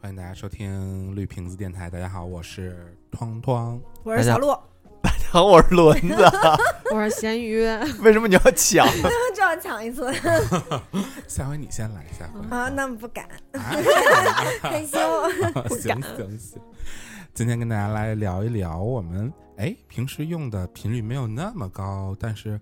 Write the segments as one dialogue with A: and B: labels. A: 欢迎大家收听绿瓶子电台。大家好，我是汤汤。
B: 我是 小鹿，
C: 好，我是轮子，
D: 我是咸 鱼，
C: 为什么你要 抢？
B: 这要抢一次
A: 下回你先来，下回
B: 啊！那 不敢，
A: 啊
C: 哎
B: 害羞。
A: 行行行，今天跟大家来聊一聊我们哎平时用的频率没有那么高，但是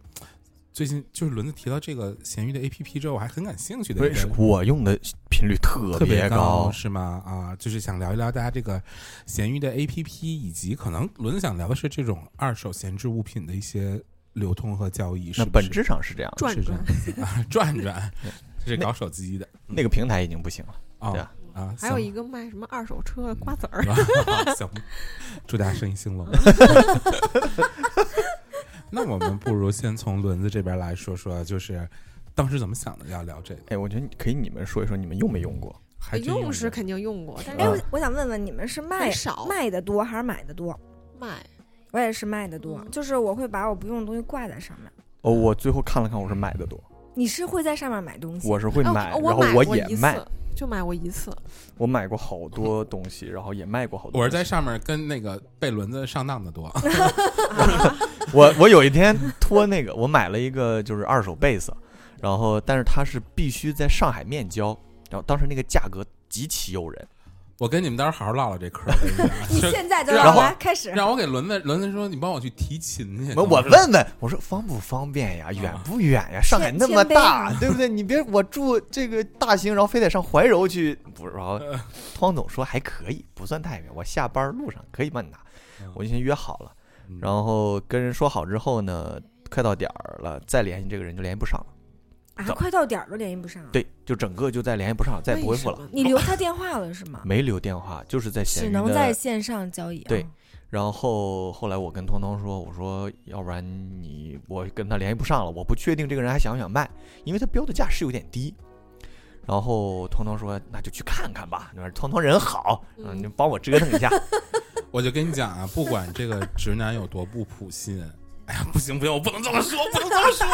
A: 最近就是轮子提到这个闲鱼的 APP 之后，我还很感兴趣的一个。
C: 我用的频率特
A: 特
C: 别
A: 高，是吗？啊，就是想聊一聊大家这个闲鱼的 APP，以及可能轮子想聊的是这种二手闲置物品的一些流通和交易，
C: 那
A: 是不
C: 本
A: 是
C: 质上是这样的，
D: 转
A: 是这
D: 转
A: 样，子啊， 转转，是搞手机的
C: 那个平台已经不行了。
A: 啊
C: 对啊
A: 啊，
D: 还有
A: 行
D: 一个卖什么二手车的瓜子 儿，
A: 行，祝大家生意兴隆。那我们不如先从轮子这边来说说，就是当时怎么想的要聊这个，
C: 哎，我觉得你可以你们说一说，你们用没用过？
A: 还真
D: 用是
A: 是
D: 肯定用过，但
B: 哎，
C: 啊
B: 我
D: 是
B: 我想问问你们是卖
D: 很
C: 哎
D: 少
B: 哎卖的多还是买的多？
D: 卖
B: 我也是卖的多，
D: 嗯
B: 就是我会把我不用的东西挂在上面。
C: 哦，我最后看了看，我是买的多，
B: 你是会在上面买东 西？
C: 我是会
D: 哦
C: 买，
D: 哦
C: 然
D: 我
C: 后
D: 买过
C: 也
D: 一
C: 卖
D: 次，， 就买过一次，
C: 我买过好多东 西，然后也卖过好多。
A: 我是在，上面跟那个被轮子上当的多，
C: 我我有一天托那个，我 买了一个就是二手贝斯，然后但是它是必须在上海面交，然后当时那个价格极其诱人。
A: 我跟你们到时候好好唠唠这嗑儿。我跟你讲啊
B: 你
A: 就
B: 现在就
A: 然
B: 要
C: 后
B: 来开始，
A: 让我给轮子，轮子说你帮我去提琴 去。
C: 我我问问，我说方不方便呀？
A: 啊
C: 远不远呀？上海那么大，对不对？你别我住这个大兴，然后非得上怀柔去，不是？然后
A: 呃
C: 汤总说还可以，不算太远。我下班路上可以帮你拿
A: 嗯，
C: 我就先约好了。
A: 嗯
C: 然后跟人说好之后呢，快到点儿了，再联系这个人就联系不上了。
B: 啊，
C: 走
B: 快到点儿都联系不上。，
C: 对，就整个就再联系不上， 再也不回复
D: 为
C: 了。
D: 什么呢。
B: 你留他电话了是吗？
C: 没留电话，就是在闲
B: 只
C: 鱼
B: 能
C: 的
B: 在线上交易啊。
C: 对然后后来我跟彤彤说，我说要不然你我跟他联系不上了，我不确定这个人还想不想卖，因为他标的价是有点低。然后彤彤说那就去看看吧，那彤彤人好，嗯，
D: 嗯
C: 你帮我折腾一下。
A: 我就跟你讲啊，不管这个直男有多不普信，哎呀，不行不行，我不能这么说，不能这么说，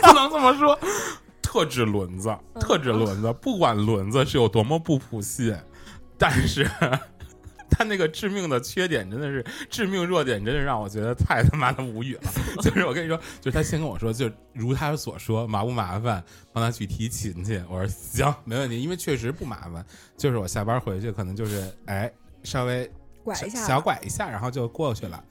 A: 不能这么说。 特指轮子，特指轮子，不管轮子是有多么不普信，但是他那个致命的缺点真的是致命弱点，真的让我觉得太他妈的无语了。 就是我跟你说，就是他先跟我说，就如他所说，麻不麻烦帮他去提琴去？我说行，没问题，因为确实不麻烦。就是我下班回去，可能就是哎，稍微
B: 拐一
A: 小
B: 下
A: 小
B: 吧。
A: 拐一下，然后就过去了。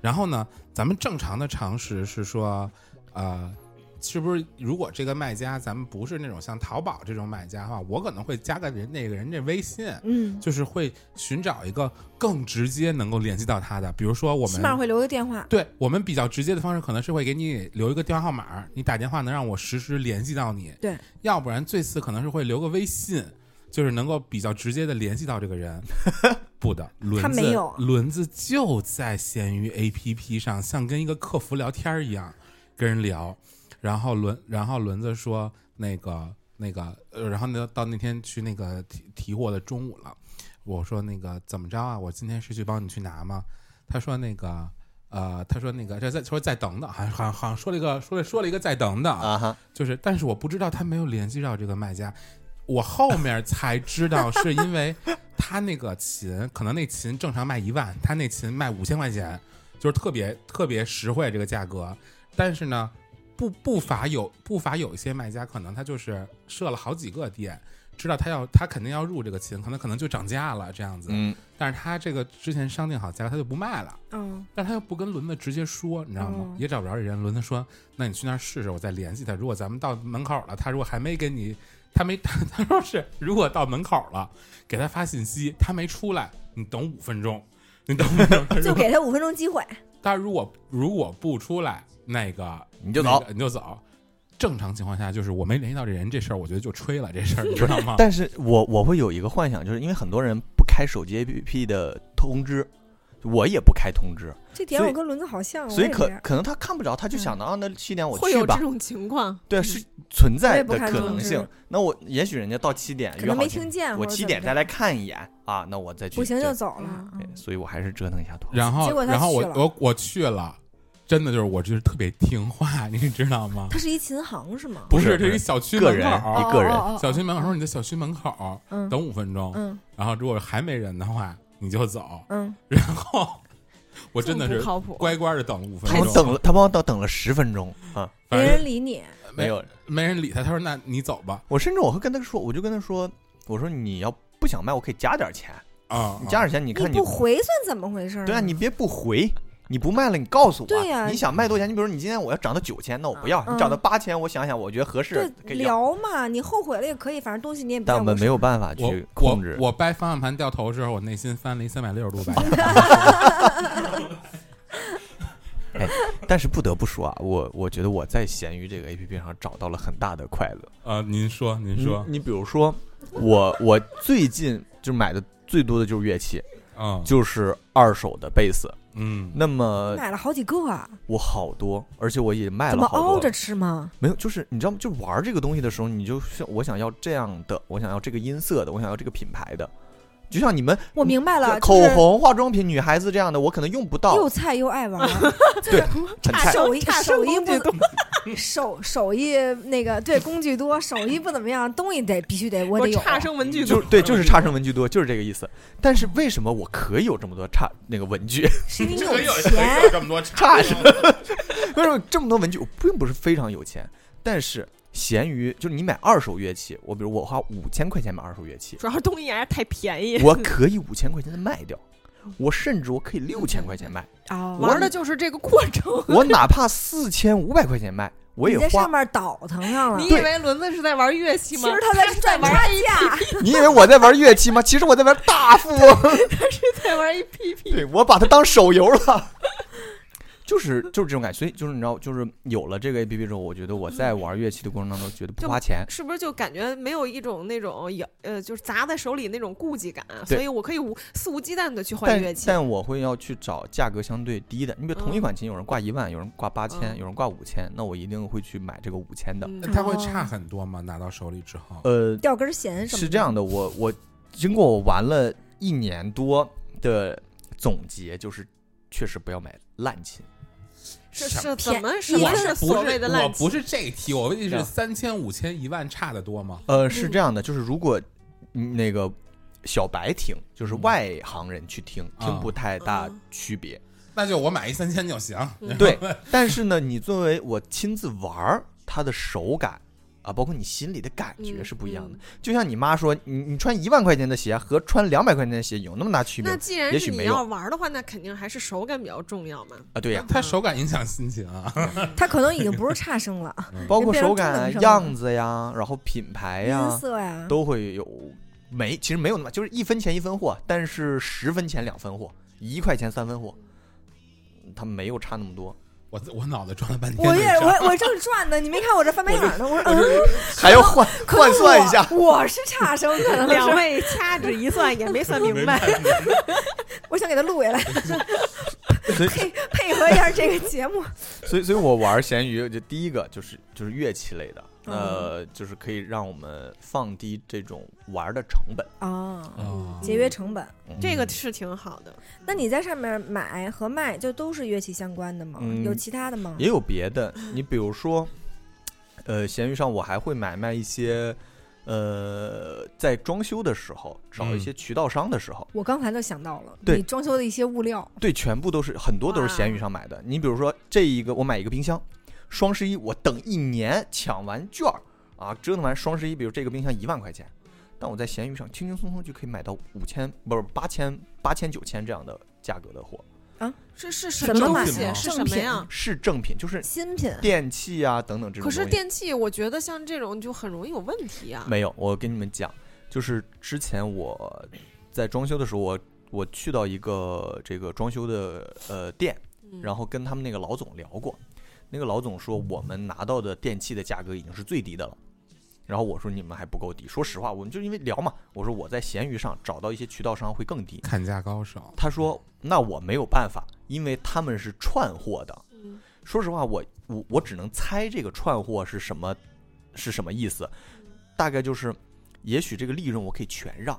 A: 然后呢，咱们正常的常识是说，呃，是不是如果这个卖家咱们不是那种像淘宝这种买家的话，我可能会加个人那个人这微信，
B: 嗯，
A: 就是会寻找一个更直接能够联系到他的，比如说我
B: 起码
A: 们。
B: 会留个电话。
A: 对我们比较直接的方式，可能是会给你留一个电话号码，你打电话能让我实时联系到你。
B: 对，
A: 要不然最次可能是会留个微信，就是能够比较直接的联系到这个人。 不的，轮
B: 他
A: 子
B: 没有啊
A: 轮子就在闲鱼 APP 上，像跟一个客服聊天一样跟人聊。然后轮，然后轮子说那个那个，呃，然后呢，到那天去那个提提货的中午了，我说那个怎么着啊？我今天是去帮你去拿吗？他说那个。呃，他说那个，这再说再等等，好像好像好像说了一个，说了说了一个再等等，
C: 啊哈，
A: 就是，但是我不知道他没有联系到这个卖家，我后面才知道是因为他那个琴，可能那琴正常卖一万，他那琴卖五千块钱，就是特别特别实惠这个价格。但是呢，不不乏有不乏有一些卖家，可能他就是设了好几个店，知道他要他肯定要入这个琴，可能可能就涨价了这样子。
C: 嗯，
A: 但是他这个之前商定好价，他就不卖了。
B: 嗯，
A: 但他又不跟轮子直接说，你知道吗？
B: 嗯
A: 也找不着人。轮子说：“那你去那儿试试，我再联系他。如果咱们到门口了，他如果还没跟你，他没 他他说是，如果到门口了，给他发信息，他没出来，你等五分钟，你等五分钟。他如
B: 就
A: 果
B: 给他五分钟机会。
A: 他如果如果不出来，那个
C: 你就走
A: 那。个你就走。正常情况下就是我没联系到这人这事儿，我觉得就吹了这事儿，你知道 吗？
C: 但是我我会有一个幻想，就是因为很多人不开手机 APP 的通知，我也不开通知，
B: 这点
C: 所
B: 我
C: 以
B: 跟轮子好像，
C: 所以
B: 嗯我也
C: 可
B: 这样
C: 可能他看不着，他就想到啊，那七 点我
D: 会
C: 去
D: 有
C: 吧
D: 这。种情况，
C: 对，是存
B: 我
C: 在
B: 也不
C: 的
B: 看
C: 可
B: 通
C: 能
B: 知
C: 性。那我也许人家到七点
B: 可
C: 约
B: 能
C: 好
B: 没
C: 七
B: 听见。
C: 我七点再
B: 来，
C: 来看一眼啊，那我再去。
B: 不行就
C: 对
B: 走了。
D: 嗯
B: 嗯
C: 所以我还是折腾一下团。
A: 然后
B: 结果他
A: 然后
B: 去
A: 我
B: 了
A: 我我去了，真的就是我就是特别听话，你知道吗？
B: 它是一琴行是吗？
A: 不
C: 是
A: 是，
C: 不
A: 这
C: 是
A: 一小区
C: 个
A: 门
C: 人
A: 口，
C: 一个人
B: 哦哦哦哦
A: 小区门口说你在小区门口
B: 嗯
A: 等五分钟，
B: 嗯
A: 然后如果还没人的话你就走，
B: 嗯，
A: 然后我真的
D: 这
A: 是
D: 么不靠谱，
A: 乖乖的等了五分
C: 他们
A: 钟，
C: 等了，他帮我等等了十分钟啊，
B: 没
A: 反正
B: 人理你，
A: 呃没
C: 有。
A: 没人理他，他说那你走吧
C: 我甚至我会跟他说，我就跟他说，我说你要不想卖，我可以加点钱，
A: 啊，
C: 你加
A: 啊
C: 点钱，你看你
B: 不回算怎么回事儿呢？
C: 对啊，你别不回，你不卖了，你告诉我。
B: 对呀
C: 你想卖多少钱？你比如说你今天我要涨到九千，那我不要；
B: 嗯
C: 你涨到八千，我想想，我觉得合适，可
B: 对
C: 以要。
B: 聊嘛，你后悔了也可以，反正东西你也不
C: 但
B: 要
C: 我们没有办法
A: 我
C: 去
A: 我
C: 控制。
A: 我掰方向盘掉头的时候，我内心翻了一三百六十度白眼。
C: 但是不得不说啊，我我觉得我在闲鱼这个 APP 上找到了很大的快乐。
A: 呃，您说您说，
C: 你比如说，我我最近就买的最多的就是乐器，
A: 嗯
C: 就是二手的贝斯。
A: 嗯
C: 那么
B: 买了好几个啊，
C: 我好多，而且我也卖
B: 怎
C: 了
B: 么
C: 好
B: 凹
C: 多
B: 着。吃吗？
C: 没有，就是你知道吗？就玩这个东西的时候，你就像我想要这样的，我想要这个音色的，我想要这个品牌的，就像你们
B: 我明白了，
C: 口
B: 啊就是
C: 红、化妆品、女孩子这样的，我可能用不到，
B: 又菜又爱玩儿，
C: 对，很菜。
B: 手艺
D: 差生
B: 手艺
D: 工具
B: 不 手手艺那个对工具多，手艺不怎么样，东西得必须得
D: 我
B: 我得有。
D: 差生文具
C: 就
D: 组
C: 是对，就是差生文具多，就是这个意思。但是为什么我可以有这么多差那个文具？
B: 是你
A: 这
B: 有
A: 个有
B: 钱，
A: 有这么多
C: 差
A: 差
C: 生，为什么这么多文具？我并不是非常有钱，但是闲鱼就是你买二手乐器，我比如我花五千块钱买二手乐器，
D: 主要是东西还是太便宜，
C: 我可以五千块钱的卖掉，我甚至我可以六千块钱卖。
B: 哦
D: 玩的就是这个过 程。
C: 我哪怕四千五百块钱卖，我也
B: 你在
C: 花
B: 上。面倒腾上了
D: 你。以为轮子是在玩乐器
B: 其
D: 吗？
B: 实他在赚差价，
C: 你以为我在玩乐器吗？其实我在玩大富翁，
D: 在玩一 P P，
C: 对我把它当手游了。就是就是这种感觉，所以就是你知道，就是有了这个 A P P 之后，我觉得我在玩乐器的过程当中，觉得不花钱，
D: 是不是就感觉没有一种那种有呃，就是砸在手里那种顾忌感？啊所以我可以无肆无忌惮的去换乐
C: 但
D: 器。
C: 但我会要去找价格相对低的。你比如同一款琴，有人挂一万，有人挂八千，
D: 嗯
C: 有人挂五千，那我一定会去买这个五千的。
D: 嗯
A: 他会差很多吗？拿到手里之后，
C: 呃，
B: 掉根弦什么的？
C: 是这样的，我我经过我玩了一年多的总结，就是确实不要买烂琴。
D: 是
A: 什
D: 是
B: 骗
D: 怎么什
B: 你
D: 么
A: 我
B: 真
D: 是
A: 是
D: 所
A: 不
D: 谓
A: 是
D: 的
A: 我
D: 烂
A: 不是这一题，我问题
C: 这
A: 是
C: 样
A: 三千、五千、一万差的多吗？
C: 呃，
D: 嗯
C: 是这样的，就是如果嗯那个小白听，就是外行人去听，
A: 嗯
C: 听不太大
D: 嗯
C: 区别。
A: 那就我买一三千就行。
D: 嗯
C: 对，但是呢，你作为我亲自玩儿，它的手感。啊，包括你心里的感觉
D: 嗯
C: 是不一样的。
D: 嗯
C: 就像你妈说，你你穿一万块钱的鞋和穿两百块钱的鞋有那么大区别
D: 那
C: 吗
D: 既然
C: 也
D: 是
C: 许
D: 你
C: 没
D: 要
C: 有
D: 玩的话，那肯定还是手感比较重要嘛。
C: 啊？对呀、
A: 他手感影响心情啊。
B: 他可能已经不是差生了，
C: 包括
B: 变成
C: 手感啊、
B: 中等生了
C: 样子呀，然后品牌呀，
B: 音色啊呀，
C: 都会有没，其实没有那么就是一分钱一分货，但是十分钱两分货，一块钱三分货，嗯它没有差那么多，
A: 我我脑子转了半天
B: 我
A: 的
B: 也
A: 账，
B: 我我正转呢，你没看我这翻白眼儿呢？我说嗯，
C: 还要换
B: 可能
C: 换算一下。
B: 我我是差生，可 能
D: 两
B: 是
D: 位掐指一算也没算明
A: 没
D: 白，
A: 看见
B: 我想给他录下来，
C: 所以，
B: 配配合一下这个节目。
C: 所以，所以我玩咸鱼，就第一个就是就是乐器类的，呃，就是可以让我们放低这种玩的成本。
B: 哦，
A: 啊
B: 节约成本。
C: 嗯
D: 这个是挺好的。
B: 那你在上面买和卖就都是乐器相关的吗？
C: 嗯
B: 有其他的吗？
C: 也有别的，你比如说，呃，闲鱼上我还会买卖一些，呃，在装修的时候找一些渠道商的时候，
B: 我刚才就想到了，
C: 对
B: 你装修的一些物料，
C: 对，全部都是很多都是闲鱼上买的。你比如说这一个，我买一个冰箱，双十一我等一年抢完券儿啊，折腾完双十一，比如这个冰箱一万块钱，但我在闲鱼上轻轻松松就可以买到五千不是八千八千九千这样的价格的货，
D: 是是什
B: 怎么
D: 么东
A: 买
D: 西？
A: 的
D: 是
B: 正
D: 什么
B: 品
D: 呀？
C: 是正品，就是
B: 新品。
C: 电器啊等等这种
D: 可
C: 东西。
D: 是电器，我觉得像这种就很容易有问题啊。
C: 没有，我跟你们讲，就是之前我在装修的时候，我我去到一个这个装修的呃店，
D: 嗯
C: 然后跟他们那个老总聊过，那个老总说我们拿到的电器的价格已经是最低的了。然后我说你们还不够低，说实话，我们就因为聊嘛，我说我在闲鱼上找到一些渠道商会更低。
A: 砍价高手，
C: 他说那我没有办法，因为他们是串货的。
D: 嗯
C: 说实话，我我我只能猜这个串货是什么是什么意思，大概就是，也许这个利润我可以全让，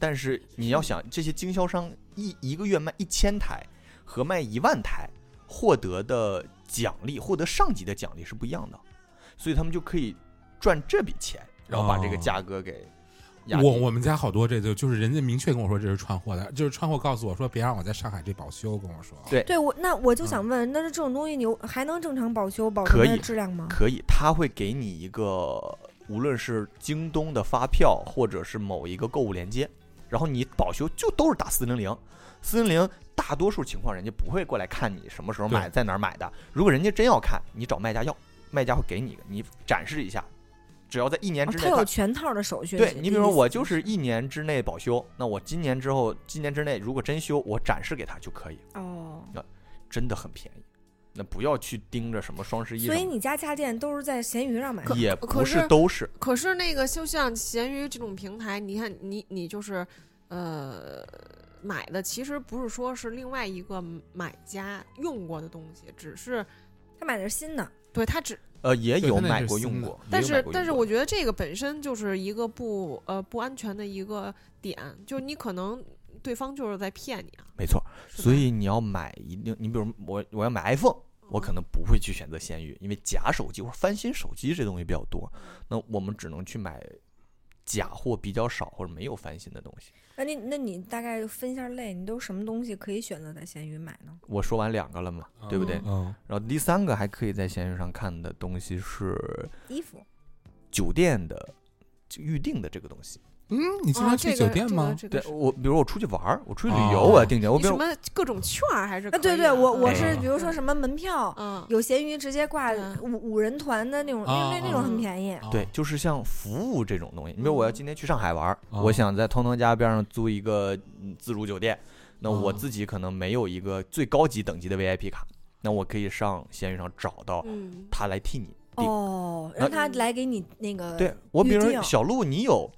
C: 但是你要想这些经销商一一个月卖一千台和卖一万台，获得的奖励，获得上级的奖励是不一样的，所以他们就可以赚这笔钱，然后把这个
A: 哦
C: 价格给压低。
A: 我我们家好多这就就是人家明确跟我说这是串货的，就是串货告诉我说别让我在上海这保修，跟我说
C: 对
B: 对我那我就想问，那是这种东西你还能正常保修保证
C: 嗯可
B: 它的
C: 以
B: 质量吗？
C: 可以，他会给你一个，无论是京东的发票，或者是某一个购物链接，然后你保修就都是打四零零，四零零大多数情况人家不会过来看你什么时候买，
A: 对
C: 在哪儿买的。如果人家真要看，你找卖家要，卖家会给你一个，你展示一下，只要在一年
B: 哦
C: 之
B: 它
C: 内
B: 有
C: 他。
B: 全套的手续。
C: 对
B: 是
C: 你，比如说我就是一年之内保修，那我今年之后，今年之内如果真修，我展示给他就可以，
B: 哦，
C: 真的很便宜。那不要去盯着什么双十一什
B: 所以
C: 么
B: 你家家电都是在闲鱼上买的
C: 的，。也
D: 可
C: 不
D: 是
C: 都是。
D: 可是那个就像闲鱼这种平台，你看你你就是，呃，买的其实不是说是另外一个买家用过的东西，只是
B: 他买的是新的，
D: 对他只，
C: 呃，也
A: 对
C: 有
A: 它那
C: 买
A: 是
C: 过
A: 新
C: 用
A: 的
C: 过，也
D: 但
C: 有
D: 是
C: 买过
D: 但是
C: 用
D: 我
C: 过
D: 觉得这个本身就是一个不呃不安全的一个点，就你可能对方就是在骗你啊，
C: 没错，
D: 是
C: 所
D: 吧
C: 以你要买一定，你比如我我要买 iPhone，
D: 嗯
C: 我可能不会去选择闲鱼，因为假手机或者翻新手机这东西比较多，那我们只能去买假货比较少或者没有翻新的东西。
B: 那你那你大概分一下类，你都什么东西可以选择在闲鱼买呢？
C: 我说完两个了嘛，对不对？
A: 嗯，
C: 然后第三个还可以在闲鱼上看的东西是
B: 衣服，
C: 酒店的就预定的这个东西。
A: 嗯，你经常
D: 啊
A: 去
D: 这
A: 酒
D: 个
A: 店吗？
D: 这个
C: 对
D: 这个是
C: 我，比如我出去玩儿，我出去旅游，
A: 哦
C: 我要定价，我
D: 你
C: 比
D: 什
C: 如
D: 么各种券儿还是
B: 啊，
D: 可
B: 对
D: 以
B: 对，
D: 的
B: 我
D: 嗯
B: 我
A: 哎
B: 是比如说什么门票，
D: 嗯
B: 有闲鱼直接挂
D: 嗯
B: 五五人团的那种，
A: 哦
B: 那那那种很
D: 哦
B: 便宜。
C: 对，就是像服务这种东西。你比如我要
D: 嗯
C: 今天去上海玩儿，
A: 哦
C: 我想在彤彤家边上租一个嗯自助酒店，那我
A: 哦
C: 自己可能没有一个最高级等级的 VIP 卡，那我可以上闲鱼上找到
D: 嗯
C: 他来替你订。
B: 哦，让他来给你那个
C: 对我，比如
B: 预定哦
C: 说小鹿，你有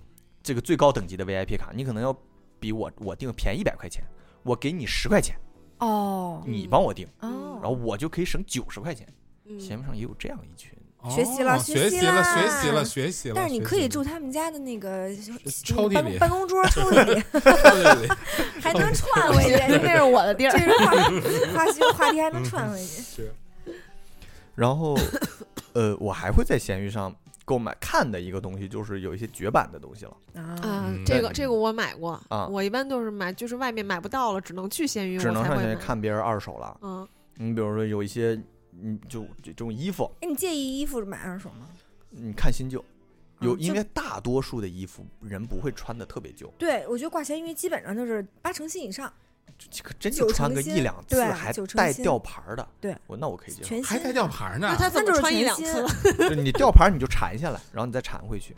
C: 这个最高等级的 VIP 卡，你可能要比我我订便宜一百块钱，我给你十块钱，
B: 哦
C: 你
D: 嗯
C: 帮我订，
B: 哦
C: 然，后我就可以省九十块钱。
D: 嗯
C: 闲鱼上也有这样一群，
B: 学习了
A: 哦
B: 学
A: 学
B: 习
A: 习了，学
B: 啦
A: 习了，学习了。
B: 但是你
A: 学
B: 可
A: 习
B: 以
A: 了
B: 住他们家的那个
A: 抽屉
B: 办
A: 里
B: 办公桌抽屉里，
A: 对 对
B: 还能串回去。
D: 那是我的地
B: 这
D: 儿，嗯
B: 是 话话题话题还能串回去
A: 对，。是
C: 然后， 呃，我还会在闲鱼上购买看的一个东西，就是有一些绝版的东西了。
B: 啊，
D: 啊
A: 嗯，
D: 这个
A: 对
D: 这个我买过
C: 啊
D: 我一般都是买，就是外面买不到了，只能去闲鱼，
C: 只
D: 我
C: 能
D: 才
C: 上
D: 会
C: 去
D: 买。
C: 看别人二手了。
D: 嗯，
C: 你比如说有一些，嗯，就这种衣服，
B: 哎，你介意衣服买二手吗？
C: 你看新旧，有
B: 嗯
C: 因
B: 就
C: 为大多数的衣服人不会穿的特别久，
B: 对，我觉得挂闲鱼基本上就是八成新以上，
C: 就这个真
B: 九
C: 就穿
B: 成
C: 个
B: 新
C: 一两次
B: 对
C: 还
B: 九成
C: 带
B: 新
C: 吊牌儿的，
B: 对
C: 我那我可以接受。
B: 全新
A: 还带吊牌呢
D: 那。他怎么
B: 那就是
D: 穿一
B: 全
D: 两
B: 新啊
D: 次了？
C: 就是你吊牌儿你就缠下来，然后你再缠回去。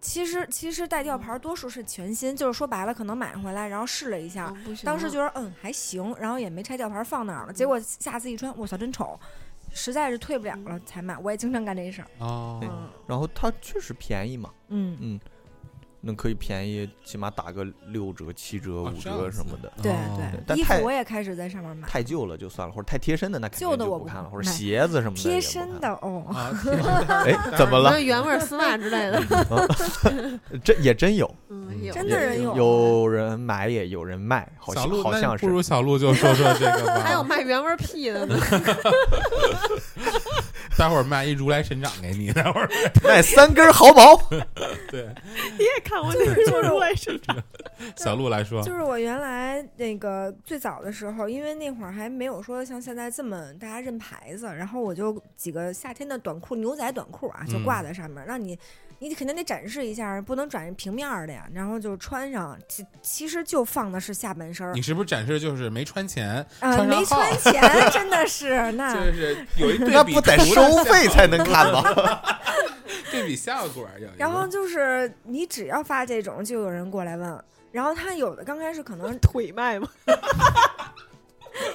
B: 其实其实带吊牌多数是全新，就是说白了，可能买回来然后试了一下，
D: 嗯不行
B: 当时
D: 了
B: 觉得嗯还行，然后也没拆吊牌放那
D: 嗯
B: 儿了。结果下次一穿，我操，真丑，实在是退不了了
D: 嗯
B: 才买。我也经常干这事儿。
A: 哦，
B: 嗯
C: 然后它确实便宜嘛，
B: 嗯，
C: 嗯，那可以便宜，起码打个六折、七折、
A: 哦
C: 五
A: 这样
C: 折
A: 子
C: 什么
D: 嗯
C: 的。
B: 对
A: 哦
C: 但
B: 对，衣服
C: 太
B: 我也开始在上面买，
C: 太旧了就算了，或者太贴身的那肯定
B: 旧的
C: 就
B: 我
C: 不
B: 不
C: 看了，
B: 买
C: 或者鞋子什么的也不
B: 贴身
C: 看
B: 的
C: 了。
B: 哦。
A: 啊， 天
C: 哎，怎么
D: 什么
C: 了？
D: 原味儿丝袜之类的，
C: 这也真有，
D: 嗯，有
B: 真的人有啊
C: 有人买也有人卖，好
A: 小
C: 像
A: 鹿，
C: 好
A: 那
C: 像
A: 你
C: 是
A: 不。如小鹿就说说这个
D: 还有
A: 吧。
D: 卖原味儿屁的 呢，
A: 待会儿卖一如来神掌给你， 待会儿
C: 卖三根毫毛，
A: 对
D: 你也看过
B: 就是就是我
D: 也 是
A: 小鹿来说
B: 就，是我原来那个最早的时候，因为那会儿还没有说像现在这么大家认牌子，然后我就几个夏天的短裤、牛仔短裤啊，就
A: 嗯
B: 挂在上面儿，让你你肯定得展示一下，不能展示平面儿的呀。然后就穿上，其其实就放的是下半身儿
A: 你，是不是展示就是没穿钱，穿
B: 啊、
A: 上
B: 没
A: 号
B: 穿钱，真的是那。
A: 就是有一 对
C: 那
A: 比
C: 不得
A: 图的
C: 收费
A: 效
C: 才能看 吗？
A: 对比效果有一个。
B: 然后就是你只要发这种，就有人过来问。然后他有的刚开始可能
D: 腿卖吗？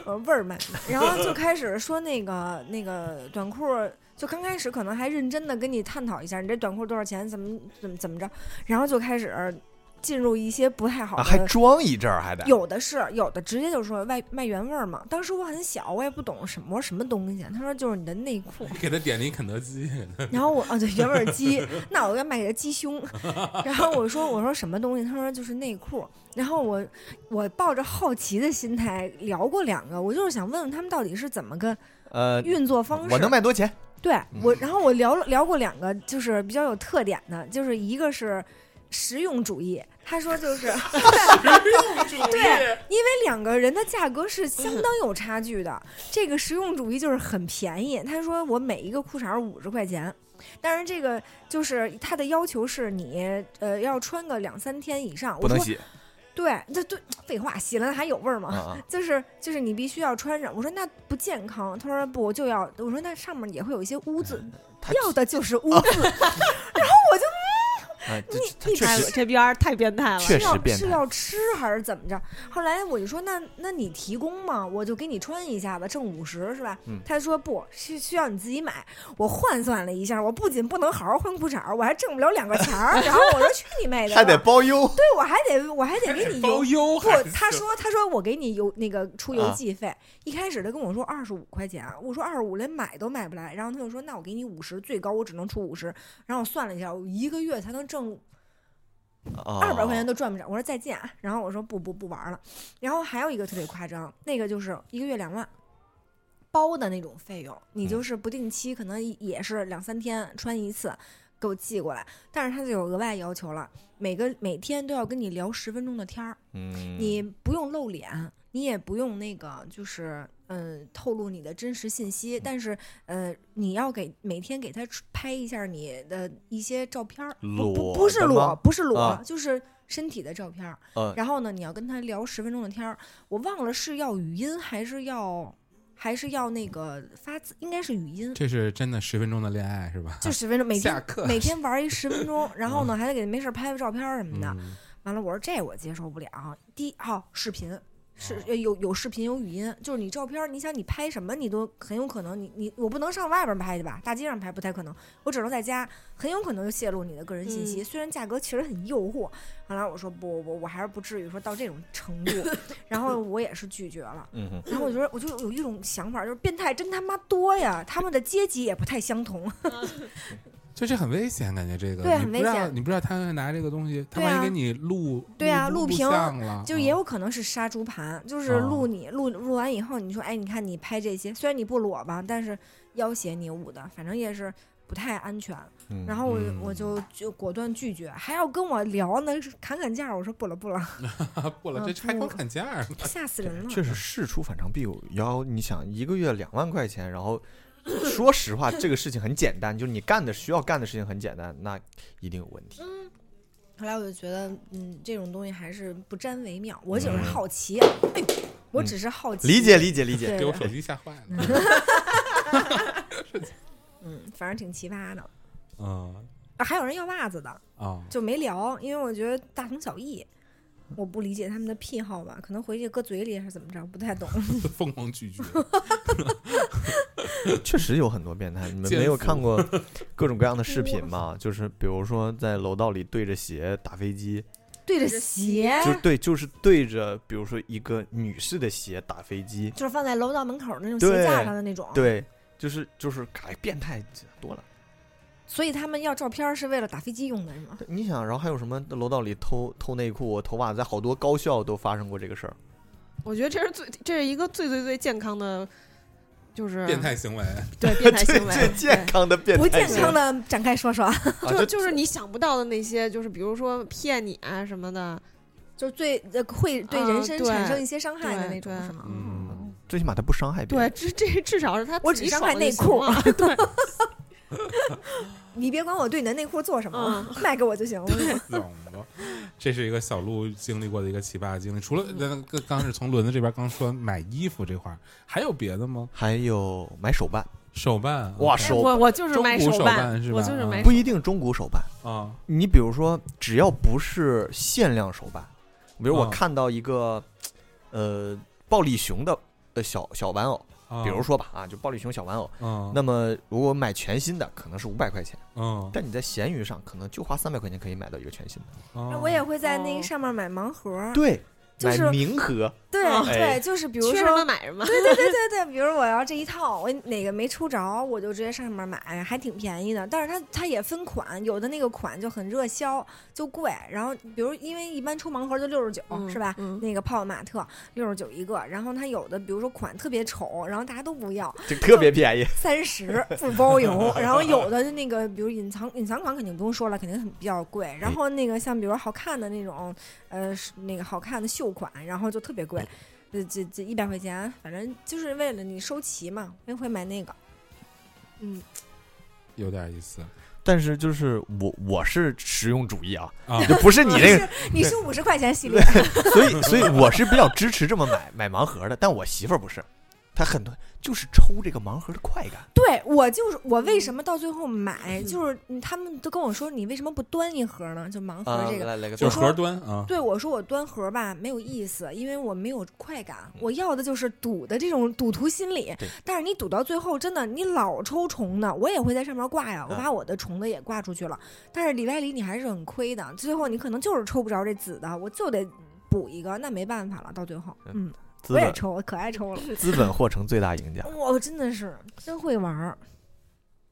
B: 呃味儿嘛，然后就开始说那个那个短裤儿，就刚开始可能还认真的跟你探讨一下，你这短裤多少钱，怎么怎么怎么着，然后就开始。进入一些不太好
C: 啊，
B: 的。
C: 还装一阵儿，还得
B: 有的是，有的直接就说卖卖原味儿嘛。当时我很小，我也不懂什么什么东西啊。他说就是你的内裤，
A: 给他点了一肯德 基，
B: 然后我啊对原味儿鸡， 那我要买个鸡胸。然后我说我说什么东西？他说就是内裤。然后我我抱着好奇的心态聊过两个，我就是想问问他们到底是怎么个
C: 呃，
B: 运作方式。
C: 我能嗯卖多钱？
B: 对我，然后我聊了聊过两个，就是比较有特点的，就是一个是实用主义，他说就是对，因为两个人的价格是相当有差距的。这个实用主义就是很便宜，他说我每一个裤衩五十块钱。但是这个就是他的要求是你呃要穿个两三天以上，
C: 不
B: 我
C: 能
B: 说
C: 洗
B: 对，这对废话，洗了还有味儿吗？
C: 啊啊！
B: 就是就是你必须要穿上。我说那不健康，他说不，我就要。我说那上面也会有一些污渍，
C: 他
B: 要的就是污
C: 哦
B: 渍，
C: 啊，这
B: 你
C: 他
B: 你
C: 确
D: 哎
C: 实
D: 这边儿太变态了，
C: 确
B: 是
C: 实
B: 要
C: 变
B: 是
C: 态
B: 要吃还是怎么着？后来我就说那那你提供吗？我就给你穿一下子，挣五十是吧？
C: 嗯
B: 他说不是需要你自己买。我换算了一下，我不仅不能好好换裤衩儿，我还挣不了两个钱 儿。然后我说去你妹的！
C: 还得包邮，
B: 对我还得我还得给 你邮
A: 包邮
B: 不
A: 还，
B: 他
A: 是
B: 说他说我给你邮那个出邮
C: 啊
B: 寄费，一开始他跟我说二十五块钱，我说二十五连买都买不来，然后他就说那我给你五十，最高我只能出五十，然后我算了一下，我一个月才能挣 二
C: 二
B: 百块钱都赚不着，我说再见啊，然后我说不不不玩了，然后还有一个特别夸张，那个就是一个月两万。包的那种费用，你就是不定期，可能也是两三天穿一次，给我寄过来。但是他就有额外要求了，每个每天都要跟你聊十分钟的天儿，
C: 嗯，
B: 你不用露脸，你也不用那个，就是嗯、透露你的真实信
C: 嗯
B: 息，但是呃，你要给每天给他出拍一下你的一些照片儿，不不
C: 裸
B: 不是
C: 的
B: 裸
C: 吗，
B: 不是裸，
C: 啊
B: 就是身体的照片儿。
C: 呃
B: 然后呢，你要跟他聊十分钟的天儿，我忘了是要语音还是要还是要那个发自，应该是语音，
A: 这是真的十分钟的恋爱是吧？
B: 就十分钟，每
A: 下
B: 天
A: 课
B: 每天玩一十 分钟，然后呢
C: 嗯
B: 还得给没事儿拍拍照片儿什么的。
A: 嗯
B: 完了，我说这我接受不了。第一，好、视频是呃有有视频有语音，就是你照片儿，你想你拍什么，你都很有可能你你我不能上外边儿拍去吧，大街上拍不太可能，我只能在家，很有可能就泄露你的个人信息。
D: 嗯
B: 虽然价格确实很诱惑，完了我说不不，我还是不至于说到这种程度，然后我也是拒绝了。
C: 嗯哼，
B: 然后我觉得我就有一种想法，就是变态真他妈多呀，他们的阶级也不太相同。
A: 就是很危险，感觉这个
B: 对
A: 你
B: 很
A: 不
B: 危
A: 知道
B: 险
A: 你不知道他拿这个东西，他
B: 对啊
A: 万一给你录
B: 对啊
A: 录
B: 录屏
A: 像了，
B: 就
C: 啊
B: 也有可能是杀猪盘，就是
C: 哦
B: 录你录录完以后，你说哎，你看你拍这些，虽然你不裸吧，但是要挟你舞的，反正也是不太安全。
C: 嗯
B: 然后我
A: 嗯
B: 我就就果断拒绝，还要跟我聊呢，砍砍价，我说不了不了，
A: 啊不了，
B: 嗯
A: 这还能
B: 不
A: 砍价儿呢，
B: 吓死人了。
C: 确实事出反常必有妖。你想一个月两万块钱，然后说实话，这个事情很简单，就是你干的需要干的事情很简单，那一定有问题。
B: 后来我就觉得，嗯，这种东西还是不沾为妙。我只是
C: 嗯
B: 好奇，哎呦，我只是好 奇，
C: 理解理解理解。
B: 对
A: 给我手
B: 对
A: 机吓坏了。
B: 嗯，反正挺奇葩的。
A: 嗯
B: 啊还有人要袜子的，
A: 啊，
B: 就没聊，因为我觉得大同小异。我不理解他们的癖好吧，可能回去搁嘴里还是怎么着，不太懂。
A: 疯狂拒绝，
C: 确实有很多变态，你们
A: 奸
C: 没有
A: 夫
C: 看过各种各样的视频吗？就是比如说在楼道里对着鞋打飞机，
B: 对着鞋，
C: 就是对，就是对着比如说一个女士的鞋打飞机，
B: 就是放在楼道门口那种
C: 对
B: 鞋架上的那种。
C: 对，就是就是，哎，变态多了。
B: 所以他们要照片是为了打飞机用的，是吗？
C: 你想，然后还有什么楼道里偷偷内裤、偷袜子，在好多高校都发生过这个事儿。
D: 我觉得这是最，这是一个最最最健康的，就是
A: 变态行为，
D: 对变态
C: 最
D: 行为，
C: 最健康的变态，
B: 不健康的展开说说，
C: 啊，
D: 对，就
C: 这
D: 就是你想不到的那些，就是比如说骗你啊什么的，
B: 就是最呃会对人身
D: 啊对
B: 产生一些伤害的
D: 对
B: 那种，
D: 对
B: 是吗？
A: 嗯，
C: 最起码他不伤害别
D: 对，
C: 人。
D: 这这至少是他
B: 我
D: 自
B: 只
D: 己
B: 伤
D: 爽
B: 害
D: 就
B: 内
D: 行
B: 裤
D: 了对，
B: 你别管我对你的内裤做什么，卖给我就行了。
A: 怎么？这是一个小鹿经历过的一个奇葩的经历。除了咱刚刚是从轮子这边刚说买衣服这块儿，还有别的吗？
C: 还有买手办，
A: 手办啊
C: 哇，
A: ，OK
C: 手
D: 我我就是
A: 中
D: 买
A: 古手办
D: 办
A: 是，
D: 我
A: 吧
D: 就是
A: 嗯
D: 买
C: 不一定中古手办。
A: 啊，
C: 你比如说，只要不是限量手办，比如我
A: 嗯
C: 看到一个，呃，暴力熊的呃小小玩偶，比如说吧啊，就暴力熊小玩偶。
A: 嗯，
C: 那么如果买全新的，可能是五百块钱，
A: 嗯，
C: 但你在闲鱼上可能就花三百块钱可以买到一个全新的。
A: 那
B: 我也会在那
D: 哦
B: 个上面买盲盒儿，
C: 对，
B: 嗯就是
C: 买名盒，
B: 对
D: 哦
C: 哎
B: 对，就是比如
D: 缺什么
B: 说，
D: 买什么。
B: 对对对对对，比如我要这一套，我哪个没出着，我就直接上面买，还挺便宜的。但是它它也分款，有的那个款就很热销，就贵。然后比如因为一般出盲盒就六十九，
D: 嗯
B: 哦是吧？
D: 嗯
B: 那个泡泡玛特六十九一个，然后它有的比如说款特别丑，然后大家都不要，
C: 就特别便宜。
B: 三十不包邮，然后有的那个，比如隐藏隐藏款肯定不用说了，肯定很比较贵。然后那个像比如好看的那种，呃，是那个好看的秀款，然后就特别贵，
C: 嗯
B: 这这这一百块钱，反正就是为了你收齐嘛，我也会买那个。
D: 嗯，
A: 有点意 思
C: 但是就是我我是实用主义啊，
A: 啊，
C: 就不是你那个
B: 是你是五十块钱系列，
C: 所以，所以我是比较支持这么买 买盲盒的，但我媳妇儿不是，她很多就是抽这个盲盒的快感。
B: 对我就是我为什么到最后买，就是嗯他们都跟我说你为什么不端一盒呢？就盲盒啊这个，
C: 来来个
A: 就
B: 我
A: 是
B: 说
A: 盒端啊，
B: 对我说我端盒吧没有意思，因为我没有快感，我要的就是赌的这种赌徒心理
C: 嗯对。
B: 但是你赌到最后，真的你老抽虫的，我也会在上面挂呀，我
C: 嗯
B: 把我的虫子也挂出去了。但是里外里你还是很亏的，最后你可能就是抽不着这紫的，我就得补一个，那没办法了，到最后，嗯，
C: 资
B: 我也
C: 本
B: 抽，我可爱抽了，
C: 资本或成最大赢 家。
B: 我真的是真会玩儿。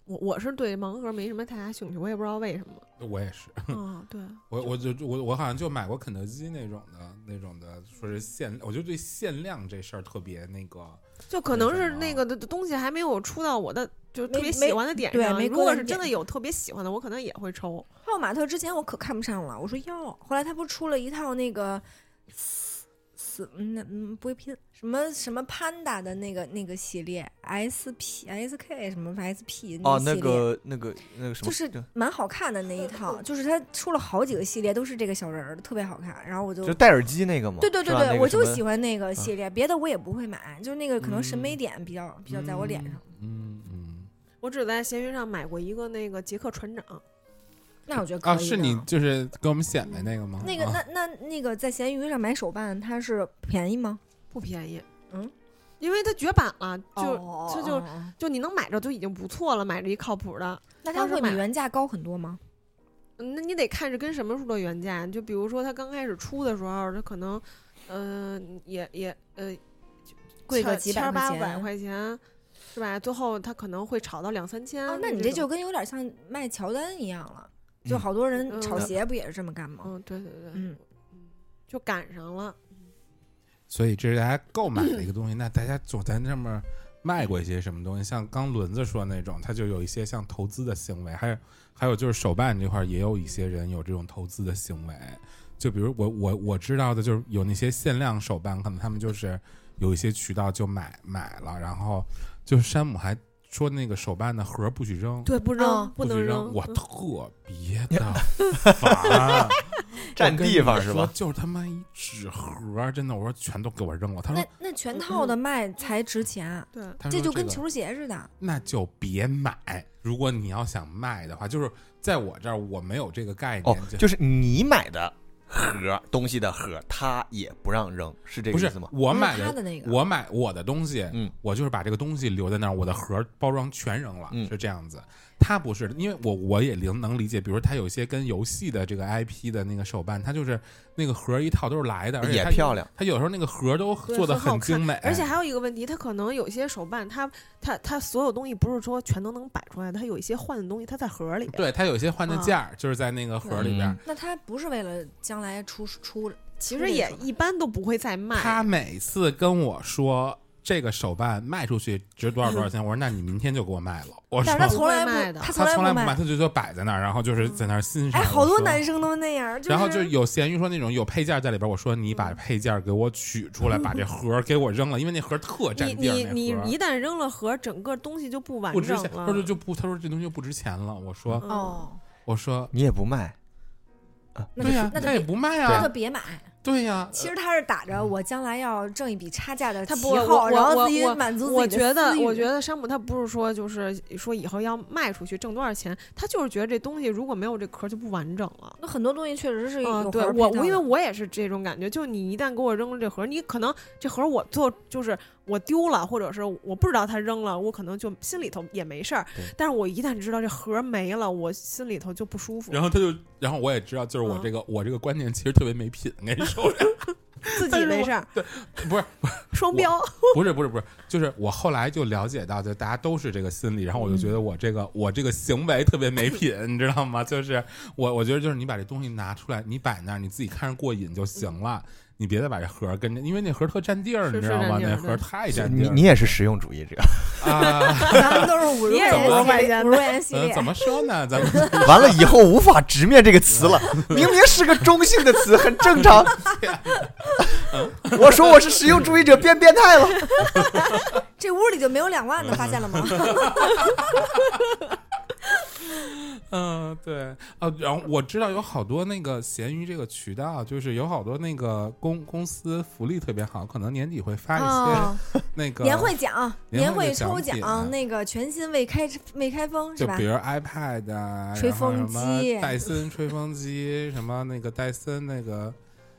D: 我我是对盲盒没什么太大兴趣，我也不知道为 什么。
A: 我也是，
B: 哦
D: 啊，对，
A: 我我就我我好像就买过肯德基那种的那种的，说是限，我就对限量这事儿特别那个，
D: 就可能
A: 为什
D: 是
A: 么啊
D: 那个的东西还没有出到我的就特
B: 没
D: 别喜
B: 没
D: 欢的点
B: 对
D: 上。
B: 没
D: 如
B: 过
D: 果
B: 你
D: 是真的
B: 点
D: 有特别喜欢的，我可能也会抽。
B: 泡玛特之前我可看不上了，我说要，后来他不是出了一套那个死死嗯嗯不会拼什么什么 panda 的那个那个系列 S P S K 什么 S P
C: 哦，
B: 系
C: 那
B: 列。
C: 个那个那个什么，
B: 就是蛮好看的那一套，就是他出了好几个系列，都是这个小人儿，特别好看。然后我就
C: 就戴耳机那个嘛。
B: 对对对
C: 是吧
B: 对，我就。
C: 那个什
B: 喜
C: 么啊
B: 欢那个系列，别的我也不会买，就是那个可能审
C: 嗯
B: 美点比较比较在我脸上。
A: 嗯嗯，
D: 我只在闲鱼上买过一个那个杰克船长，
B: 那我觉得可以
A: 啊，
B: 的。
A: 是你就是给我们显摆那个吗？
B: 那个
A: 啊
B: 那那那个在闲鱼上买手办，它是便宜吗？
D: 不便宜，
B: 嗯，
D: 因为它绝版了，就这就
B: 哦哦哦
D: 就你能买着就已经不错了，买着一靠谱的。
B: 那它
D: 当时
B: 会
D: 买
B: 比原价高很多吗？
D: 嗯那你得看是跟什么时候的原价，就比如说它刚开始出的时候，它可能，呃，也也呃，
B: 贵个
D: 千
B: 几百
D: 千
B: 块
D: 八
B: 钱
D: 百块钱，是吧？最后它可能会炒到两三千。
B: 啊，那你这就
D: 种
B: 跟有点像卖乔丹一样了，
A: 嗯
B: 就好多人
D: 嗯
B: 炒
D: 嗯
B: 鞋不也是这么干吗？
D: 嗯，对对对，
B: 嗯，
D: 就赶上了。
A: 所以这是大家购买的一个东西。那大家总在那面卖过一些什么东西，像刚轮子说那种，他就有一些像投资的行为，还有还有就是手办这块儿也有一些人有这种投资的行为。就比如我我我知道的就是有那些限量手办，可能他们就是有一些渠道就买买了，然后就是山姆还说那个手办的盒儿不许扔，
D: 对，不
B: 扔
D: 扔，嗯
A: 不
D: 不
A: 许
D: 能
A: 扔，我
D: 嗯
A: 特别的烦。
C: 占地方是吧？
A: 就是他妈一纸盒儿，真的，我说全都给我扔了。他
D: 嗯
B: 那
A: 说，
B: 那全套的卖才值钱，啊
D: 对，
A: 他说
B: 这就跟
A: 个
B: 球鞋似的。
A: 那就别买。如果你要想卖的话，就是在我这儿我没有这个概念，
C: 哦，就是你买的盒东西的盒，他也不让扔，是这
A: 不
C: 个意
A: 是
C: 思吗？
A: 我
B: 不是
A: 买
B: 他的那个
A: 我买我的东西，
C: 嗯
A: 我就是把这个东西留在那儿，我的盒儿包装全扔了，
C: 嗯
A: 是这样子。他不是，因为我我也能能理解，比如他有些跟游戏的这个 IP 的那个手办，他就是那个盒儿一套都是来的，而且
C: 也
A: 它
C: 漂亮。
A: 他有时候那个盒儿都
D: 对
A: 做的
D: 很好
A: 很精美，哎
D: 而且还有一个问题，它可能有些手办，它它它所有东西不是说全都能摆出来的，它有一些换的东西，它在盒里。
A: 对，它有些
B: 嗯
A: 换的价儿、就是在那个盒儿里边儿。
C: 嗯
B: 那它不是为了将来出出，
D: 其
B: 出
D: 实
B: 这
D: 也
B: 种
D: 一般都不会再卖。
A: 他每次跟我说这个手办卖出去值多少多少 钱，我说那你明天就给我卖了。我
B: 但
A: 说
B: 是他
D: 从
B: 从来
D: 不会卖
B: 不，
D: 的
B: 他从
A: 他
B: 来
A: 从来
B: 不
A: 不卖，
B: 卖。
A: 他就就摆在那儿，然后就是在那儿欣赏。
B: 哎，好多
A: 我说
B: 男。生都那样，
A: 然后就是有闲鱼说那种有配件在里边，我说你把配件给我取出来，把 这盒儿给我扔了，因为那盒儿特占
D: 你
A: 地儿
D: 你。你
A: 那盒
D: 一
A: 儿啊
D: 旦扔了盒，整个东西就不完
A: 不值
D: 整
A: 钱，
D: 了。
A: 他说就不，他说这东西就不值钱了。我说
D: 嗯，
B: 哦，
A: 我说
C: 你也不卖，
B: 那
A: 对
B: 就
A: 呀，
B: 那
A: 他也
B: 就
A: 不卖
B: 那
A: 啊
B: 就，别买。
A: 对呀。
B: 其实他是打着我将来要挣一笔差价的
D: 嗯他
B: 旗
D: 不我
B: 号，
D: 我
B: 然后
D: 我
B: 自己
D: 我
B: 满足
D: 我
B: 自己
D: 觉
B: 的
D: 得
B: 私欲。
D: 我觉得山姆他不是说就是说以后要卖出去挣多少钱，他就是觉得这东西如果没有这壳就不完整了。
B: 那很多东西确实是有
D: 嗯，
B: 盒
D: 对
B: 儿
D: 我我
B: 配套
D: 因为
B: 的
D: 我也是这种感觉，就你一旦给我扔了这盒，你可能这盒我做就是我丢了，或者是我不知道他扔了，我可能就心里头也没事儿
C: 对。
D: 但是我一旦知道这盒没了，我心里头就不舒服，
A: 然后他就，然后我也知道，就是
B: 嗯
A: 我这个、我这个观念其实特别没品，跟你 说，
D: 自己没事儿，
A: 不是
D: 双标。
A: 不是不是不是，就是我后来就了解到，就大家都是这个心理，然后我就觉得
D: 嗯
A: 我这个、我这个行为特别没品，你知道吗？就是我我觉得就是你把这东西拿出来，你摆那儿，你自己看着过瘾就行了，你别再把这盒儿跟着，因为那盒儿特占地儿，
D: 是
A: 你知道吗？
D: 是占地儿
A: 那盒儿太占地
C: 你
A: 儿
C: 你也是实用主义者，
A: 了 啊！
B: 咱们都是五十
D: 你也
A: 是
B: 块
D: 五十块钱
B: 钱系列，五十块钱系
A: 嗯，
B: 列
A: 怎。么说呢？咱们
C: 完了以后无法直面这个词 了，明明是个中性的词，很正常。我说我是实用主义者，变变态了。
B: 这屋里就没有两万的，发现了吗？
A: 嗯，对啊，然后我知道有好多那个闲鱼这个渠道，就是有好多那个公公司福利特别好，可能年底会发一
B: 哦，
A: 些那个、
B: 年会奖、
A: 年
B: 年
A: 会
B: 会
A: 的奖
B: 抽
A: 品
B: 奖，那个全新未开未开封是
A: 就
B: 吧
A: 比？如 iPad 啊，
B: 吹
A: 然后
B: 风
A: 什么
B: 机
A: 戴森吹风机，什么那个戴森那个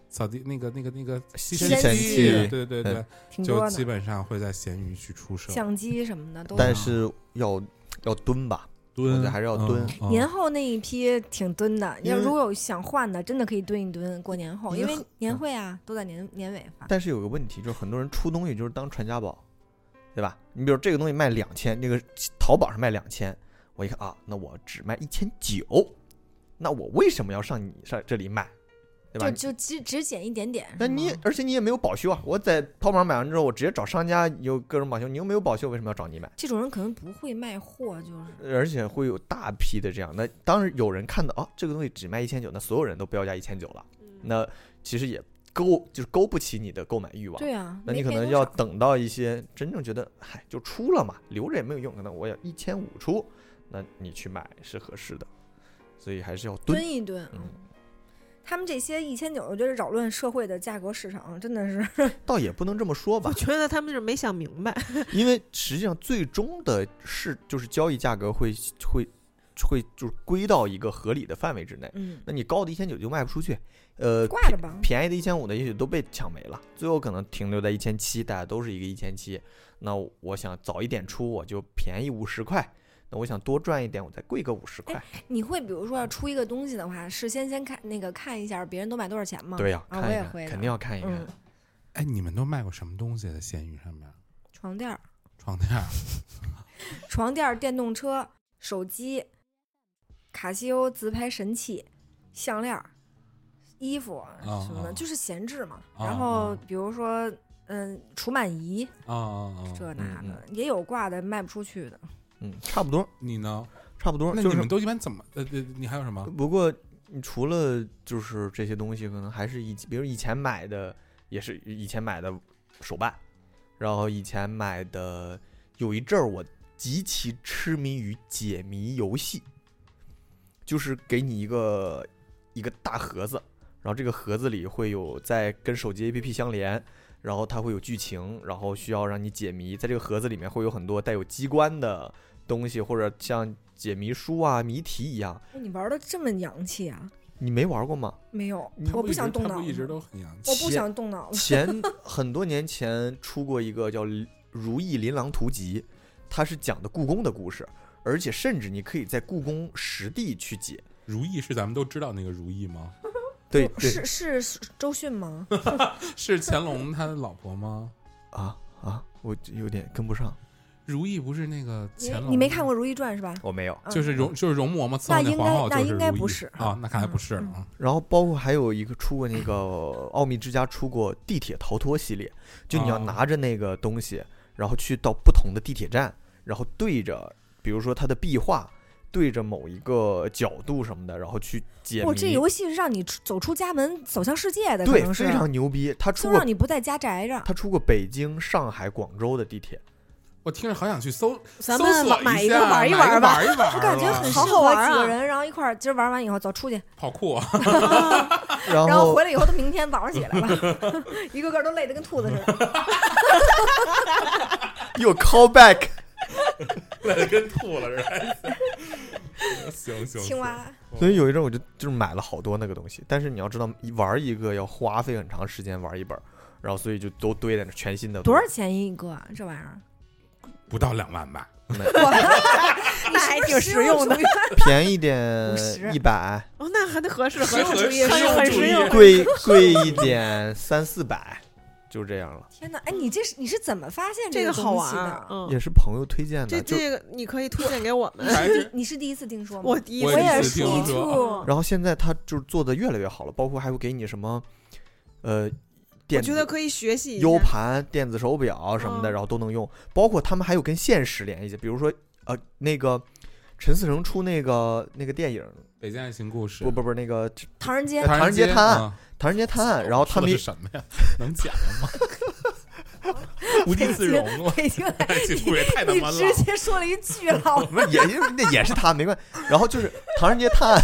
A: 扫地那个那个那个吸
B: 吸
A: 尘
B: 尘
A: 器，
B: 器
A: 对对对
C: 嗯，
B: 挺
A: 就
B: 多
A: 基
B: 的，
A: 本上会在闲鱼去出售。
B: 相机什么的都有。
C: 但是要要蹲吧，我觉得还是要
A: 嗯
C: 蹲
A: 嗯
B: 年后那一批挺蹲的，
C: 因
B: 要
C: 为
B: 如果有想换的，真的可以蹲一蹲。过年后，
C: 因
B: 因
C: 为
B: 为年会啊都在年年尾发。
C: 但是有个问题，就是很多人出东西就是当传家宝，对吧？你比如这个东西卖两千，那个淘宝上卖两千，我一看啊，那我只卖一千九，那我为什么要上你上这里买，对吧
B: 就？就只只减一点点，
C: 那
B: 是吗
C: 你也而且你也没有保修啊！我在淘宝上买完之后，我直接找商家有各种保修，你又没有保修，为什么要找你买？
B: 这种人可能不会卖货，就是
C: 而且会有大批的这样。那当然有人看到啊，这个东西只卖一千九，那所有人都标价一千九了，
B: 嗯
C: 那其实也勾就是勾不起你的购买欲望。
B: 对啊，
C: 那
B: 没
C: 你可
B: 便
C: 能
B: 宜
C: 要
B: 多少
C: 等到一些真正觉得，嗨，就出了嘛，留着也没有用，可能我要一千五出，那你去买是合适的，所以还是要蹲。
B: 蹲一蹲。
C: 嗯，
B: 他们这些一千九，我觉得扰乱社会的价格市场，真 的是
C: 倒也不能这么说吧
D: 我，觉得他们是没想明白，
C: 因为实际上最终的是就是交易价格会会会就是归到一个合理的范围之内。
B: 嗯，
C: 那你高的一千九就卖不出去，呃，
B: 挂着吧。
C: 便宜的一千五的也许都被抢没了，最后可能停留在一千七，大家都是一个一千七。那我想早一点出，我就便宜五十块。那我想多赚一点，我再贵个五十
B: 哎
C: 块。
B: 你会比如说要出一个东西的话，事先先看那个看一下别人都买多少钱吗？
C: 对呀、
B: 啊
C: 看
B: 我
C: 一
B: 也
C: 看，
B: 会的
C: 肯定要看一看。
B: 嗯
A: 哎，你们都卖过什么东西在闲鱼上面？
B: 床垫儿、
A: 床 垫儿、
B: 床垫儿、电动车、手机、卡西欧自拍神器、项链儿、衣服
C: 啊
A: 哦
B: 什么的，
A: 哦
B: 就是闲置嘛。
A: 哦
B: 然后
A: 哦
B: 比如说，嗯，除螨仪
C: 哦
A: 啊啊啊！
B: 这那
C: 嗯
B: 的也有挂的卖不出去的。
C: 嗯，差不多，
A: 你呢？
C: 差不多。
A: 那
C: 就
A: 你
C: 是
A: 们都一般怎么？呃，呃你还有什么？
C: 不过，你除了就是这些东西，可能还是以比如以前买的，也是以前买的手办，然后以前买的有一阵儿我极其痴迷于解谜游戏，就是给你一个一个大盒子，然后这个盒子里会有在跟手机 APP 相连。然后它会有剧情，然后需要让你解谜。在这个盒子里面会有很多带有机关的东西，或者像解谜书啊、谜题一样。
B: 你玩的这么洋气啊？
C: 你没玩过吗？
B: 没有
C: 你，
B: 我
A: 不一
B: 想
A: 直
B: 动
A: 他
B: 脑
A: 不一直
B: 子，
A: 都很洋气。
B: 我不想动脑子。
C: 前很多年前出过一个叫《如意琳琅图集》，它是讲的故宫的故事，而且甚至你可以在故宫实地去解。
A: 如意是咱们都知道那个如意吗？
C: 对对
B: 哦是是是周迅吗？
A: 是乾隆他的老婆吗？
C: 啊啊，我有点跟不上，
A: 如意不是那个
B: 你
A: 乾隆？
B: 你没看？过《如懿传》是吧？
C: 我没有。
B: 嗯
A: 就是容就是容嬷嬷伺候
B: 那应该
A: 皇后就是
B: 那应该
A: 如懿
B: 不是
A: 啊，那看来不是
B: 嗯
A: 啊。
C: 然后包括还有一个出过那个 《奥秘之家》，出过地铁逃脱系列，就你要
A: 哦
C: 拿着那个东西，然后去到不同的地铁站，然后对着，比如说它的壁画，对着某一个角度什么的，然后去解谜。
B: 我这游戏是让你出走出家门，走向世界的，哎可
C: 对，
B: 能是
C: 非常牛逼。他出
B: 就
C: 过
B: 让你不在家宅着。
C: 他出过北京、上海、广州的地铁，
A: 我听着好想去搜，
D: 咱
A: 搜
D: 们
A: 索
D: 买
A: 一
D: 一个
A: 下
D: 玩一
A: 买
D: 玩
A: 一
D: 吧。
A: 玩一玩儿 吧，
B: 我感觉很适
D: 好好
B: 合
D: 玩啊
B: 几个人，然后一块儿今儿玩完以后走出去，
A: 跑酷啊。
C: 然
B: 啊然后
C: 后
B: 回来以后都明天早上起来了，一个个都累得跟兔子似的。
C: 又 call back，
A: 累得跟吐了似的。 行行，
B: 青蛙，
C: 所以有一阵我就就是买了好多那个东西。但是你要知道，玩一个要花费很长时间玩一本儿，然后所以就都堆在那儿，全新的
B: 多少钱一个啊这玩意儿？
A: 不到两万 吧，
B: 那还挺实用的。
C: 便宜点
B: 50
C: 一百，
D: 哦，那还得合适，
A: 合
D: 适
A: 适
D: 主义，
A: 实用
D: 很
A: 主
D: 实
A: 义
D: 用。
C: 贵 贵一点三四百，就这样了。
B: 天哪，哎，你这是你是怎么发现
D: 这
B: 个
D: 个好
B: 东
D: 玩
B: 西
D: 儿，
B: 的？
D: 嗯，
C: 也是朋友推荐
D: 这
C: 的，就
D: 这个你可以推荐给我们。
A: 还
B: 你
A: 是
B: 你是第一次听说吗？
D: 我第一
A: 我
D: 次
A: 也
B: 也
A: 是
B: 是
A: 第一次听啊
D: 说
B: 听
C: 然后现在它就是做的越来越好了，包括还会给你什么，呃，
D: 我
C: 电
D: 觉
C: 子
D: 得可以学习一下
C: U。盘、电子手表什么的，
D: 嗯
C: 然后都能用。包括他们还有跟现实联系，比如说呃，那个陈思诚出那个那个电影，
A: 北京爱情故事
C: 不》不不，那个《
B: 唐 人街，
A: 唐
C: 唐人街探案
A: 案，
C: 唐唐人街探案》，
A: 嗯
C: 然后
A: 说
C: 他们
A: 的
C: 一
A: 是什么呀？能讲吗？无地自容 了，
B: 北京，
A: 爱情故事也太他
B: 你
A: 妈烂
B: 直
A: 了。
B: 接说了一句 了。
C: 不是也 是那也是他，没关系。然后就是《唐人街探案》，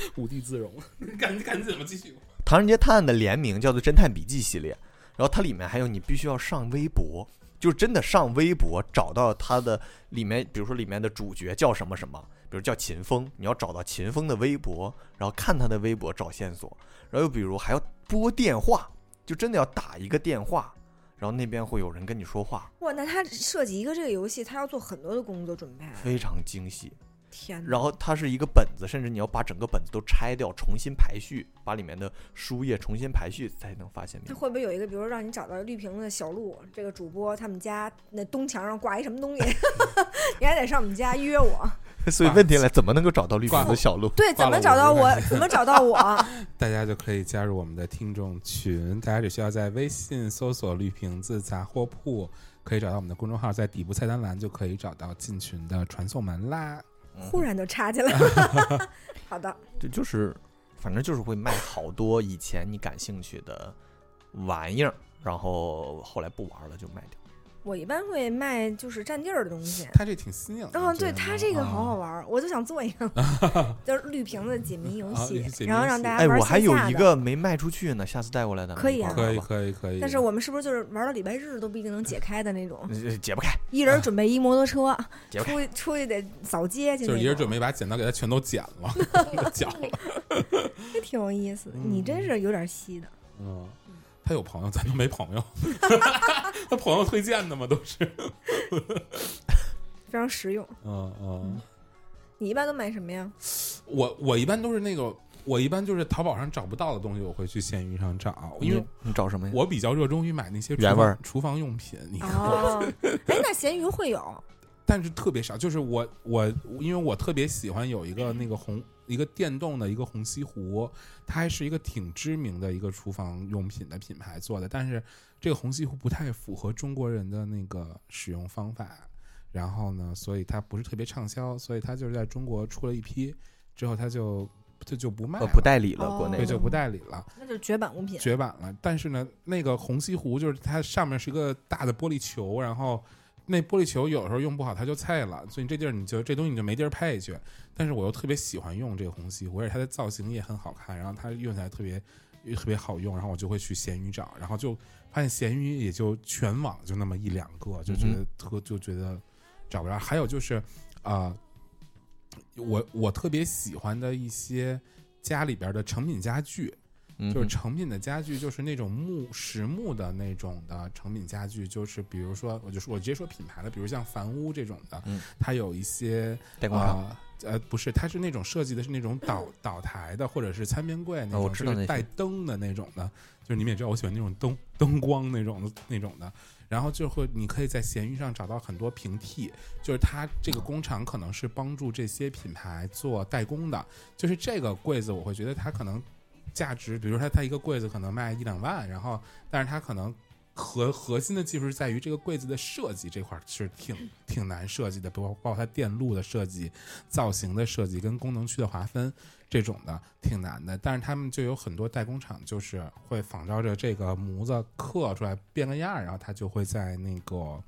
C: 《
A: 无地自容， 赶紧赶紧吧，继续吧。
C: 唐人街探案》的联名叫做《侦探笔记》系列，然后它里面还有你必须要上微博，就是真的上微博找到它的里面，比如说里面的主角叫什么什么，比如叫秦风，你要找到秦风的微博，然后看他的微博找线索，然后又比如还要拨电话，就真的要打一个电话，然后那边会有人跟你说话，
B: 哇，那他设计一个这个游戏，他要做很多的工作准备。啊
C: 非常精细。
B: 天哪！
C: 然后它是一个本子，甚至你要把整个本子都拆掉，重新排序，把里面的书页重新排序，才能发现
B: 他
C: 谜。
B: 会不会有一个，比如说让你找到绿屏的小鹿这个主播，他们家那东墙上挂一什么东西， 你还得上我们家 约我。
C: 所以问题来，怎么能够找到绿
A: 挂
C: 瓶子小鹿？
B: 对，
A: 挂
B: 怎
A: 了
B: 么找到
A: 我
B: 我？怎么找到 我？
A: 大家就可以加入我们的听众群，大家只需要在微信搜索“绿瓶子杂货铺”，可以找到我们的公众号，在底部菜单栏就可以找到进群的传送门啦。
B: 忽然就插进来了。 好的，
C: 对，就是，反正就是会卖好多以前你感兴趣的玩意儿，然后后来不玩了就卖掉。
B: 我一般会卖就是占地儿的东西。
A: 它这挺新颖的，
B: 嗯，
A: 你觉
B: 对
A: 得
B: 它
A: 吗
B: 这个
A: 啊
B: 好好玩儿，我就想做一 个，就是绿瓶子解谜游
A: 啊
B: 戏
A: 也是解，谜
B: 然后
A: 游
B: 让
A: 戏
B: 大家
C: 哎，
B: 玩
C: 我
B: 线
C: 还有
B: 下
C: 一
B: 的。
C: 个没卖出去呢，下次带过来咱们
B: 可以
C: 一块
B: 啊
C: 儿
A: 可以
C: 玩吧
A: 可以可以。
B: 但是我们是不是就是玩到礼拜日都不一定能解开的那种？
C: 呃解不开，
B: 一人
A: 啊
B: 准备一摩托车，
C: 解不开
B: 出去出去得扫街去那
A: 就
B: 种，
A: 是一人准备一把 剪刀，给它全都剪了，绞了。
B: 这挺有意思的。你真是有点稀的，
A: 嗯，他有朋友，咱都没朋友。他朋友推荐的嘛，都是。
B: 非常实用。
A: 嗯嗯，
B: 你一般都买什么呀？
A: 我我一般都是那个，我一般就是淘宝上找不到的东西，我会去闲鱼上找，因为
C: 你你找什么呀？
A: 我比较热衷于买那些厨
C: 嗯原味
A: 房
C: 儿
A: 厨房用品。你看我
B: 哦， 哎，那咸鱼会有
A: 但是特别少。就是我我因为我特别喜欢有一个那个红一个电动的一个红西湖，它还是一个挺知名的一个厨房用品的品牌做的，但是这个红西湖不太符合中国人的那个使用方法。然后呢，所以它不是特别畅销，所以它就是在中国出了一批之后，它就就就不卖了
C: 呃，不代理了，国
B: 哦
A: 对
C: 内
A: 就不代理了。
B: 那就是绝版物品。
A: 绝版了。但是呢，那个红西湖就是它上面是一个大的玻璃球，然后那玻璃球有时候用不好它就菜了，所以这地儿你就这东西你就没地儿配去。但是我又特别喜欢用这个红西湖，而且它的造型也很好看，然后它用起来特别特别好用，然后我就会去闲鱼找，然后就发现闲鱼也就全网就那么一两个，就觉得特就觉得找不着。还有就是啊、我我特别喜欢的一些家里边的成品家具，
C: 嗯
A: 就是成品的家具，就是那种木实木的那种的成品家具，就是比如说，我就说我直接说品牌了，比如像房屋这种的，
C: 嗯
A: 它有一些
C: 代工厂。
A: 啊呃不是，它是那种设计的是那种倒倒台的，或者是餐边柜那
C: 哦
A: 种，
C: 我知道
A: 就
C: 那
A: 是
C: 些
A: 带灯的那种的，就是你们也知道，我喜欢那种灯灯光那种的那种的。然后就会，你可以在闲鱼上找到很多平替，就是它这个工厂可能是帮助这些品牌做代工的，就是这个柜子，我会觉得它可能价值，比如说它它一个柜子可能卖一两万，然后但是它可能核核心的技术是在于这个柜子的设计这块儿是挺挺难设计的，包括包括它电路的设计、造型的设计跟功能区的划分这种的挺难的。但是他们就有很多代工厂，就是会仿照着这个模子刻出来变个样儿，然后它就会在那个。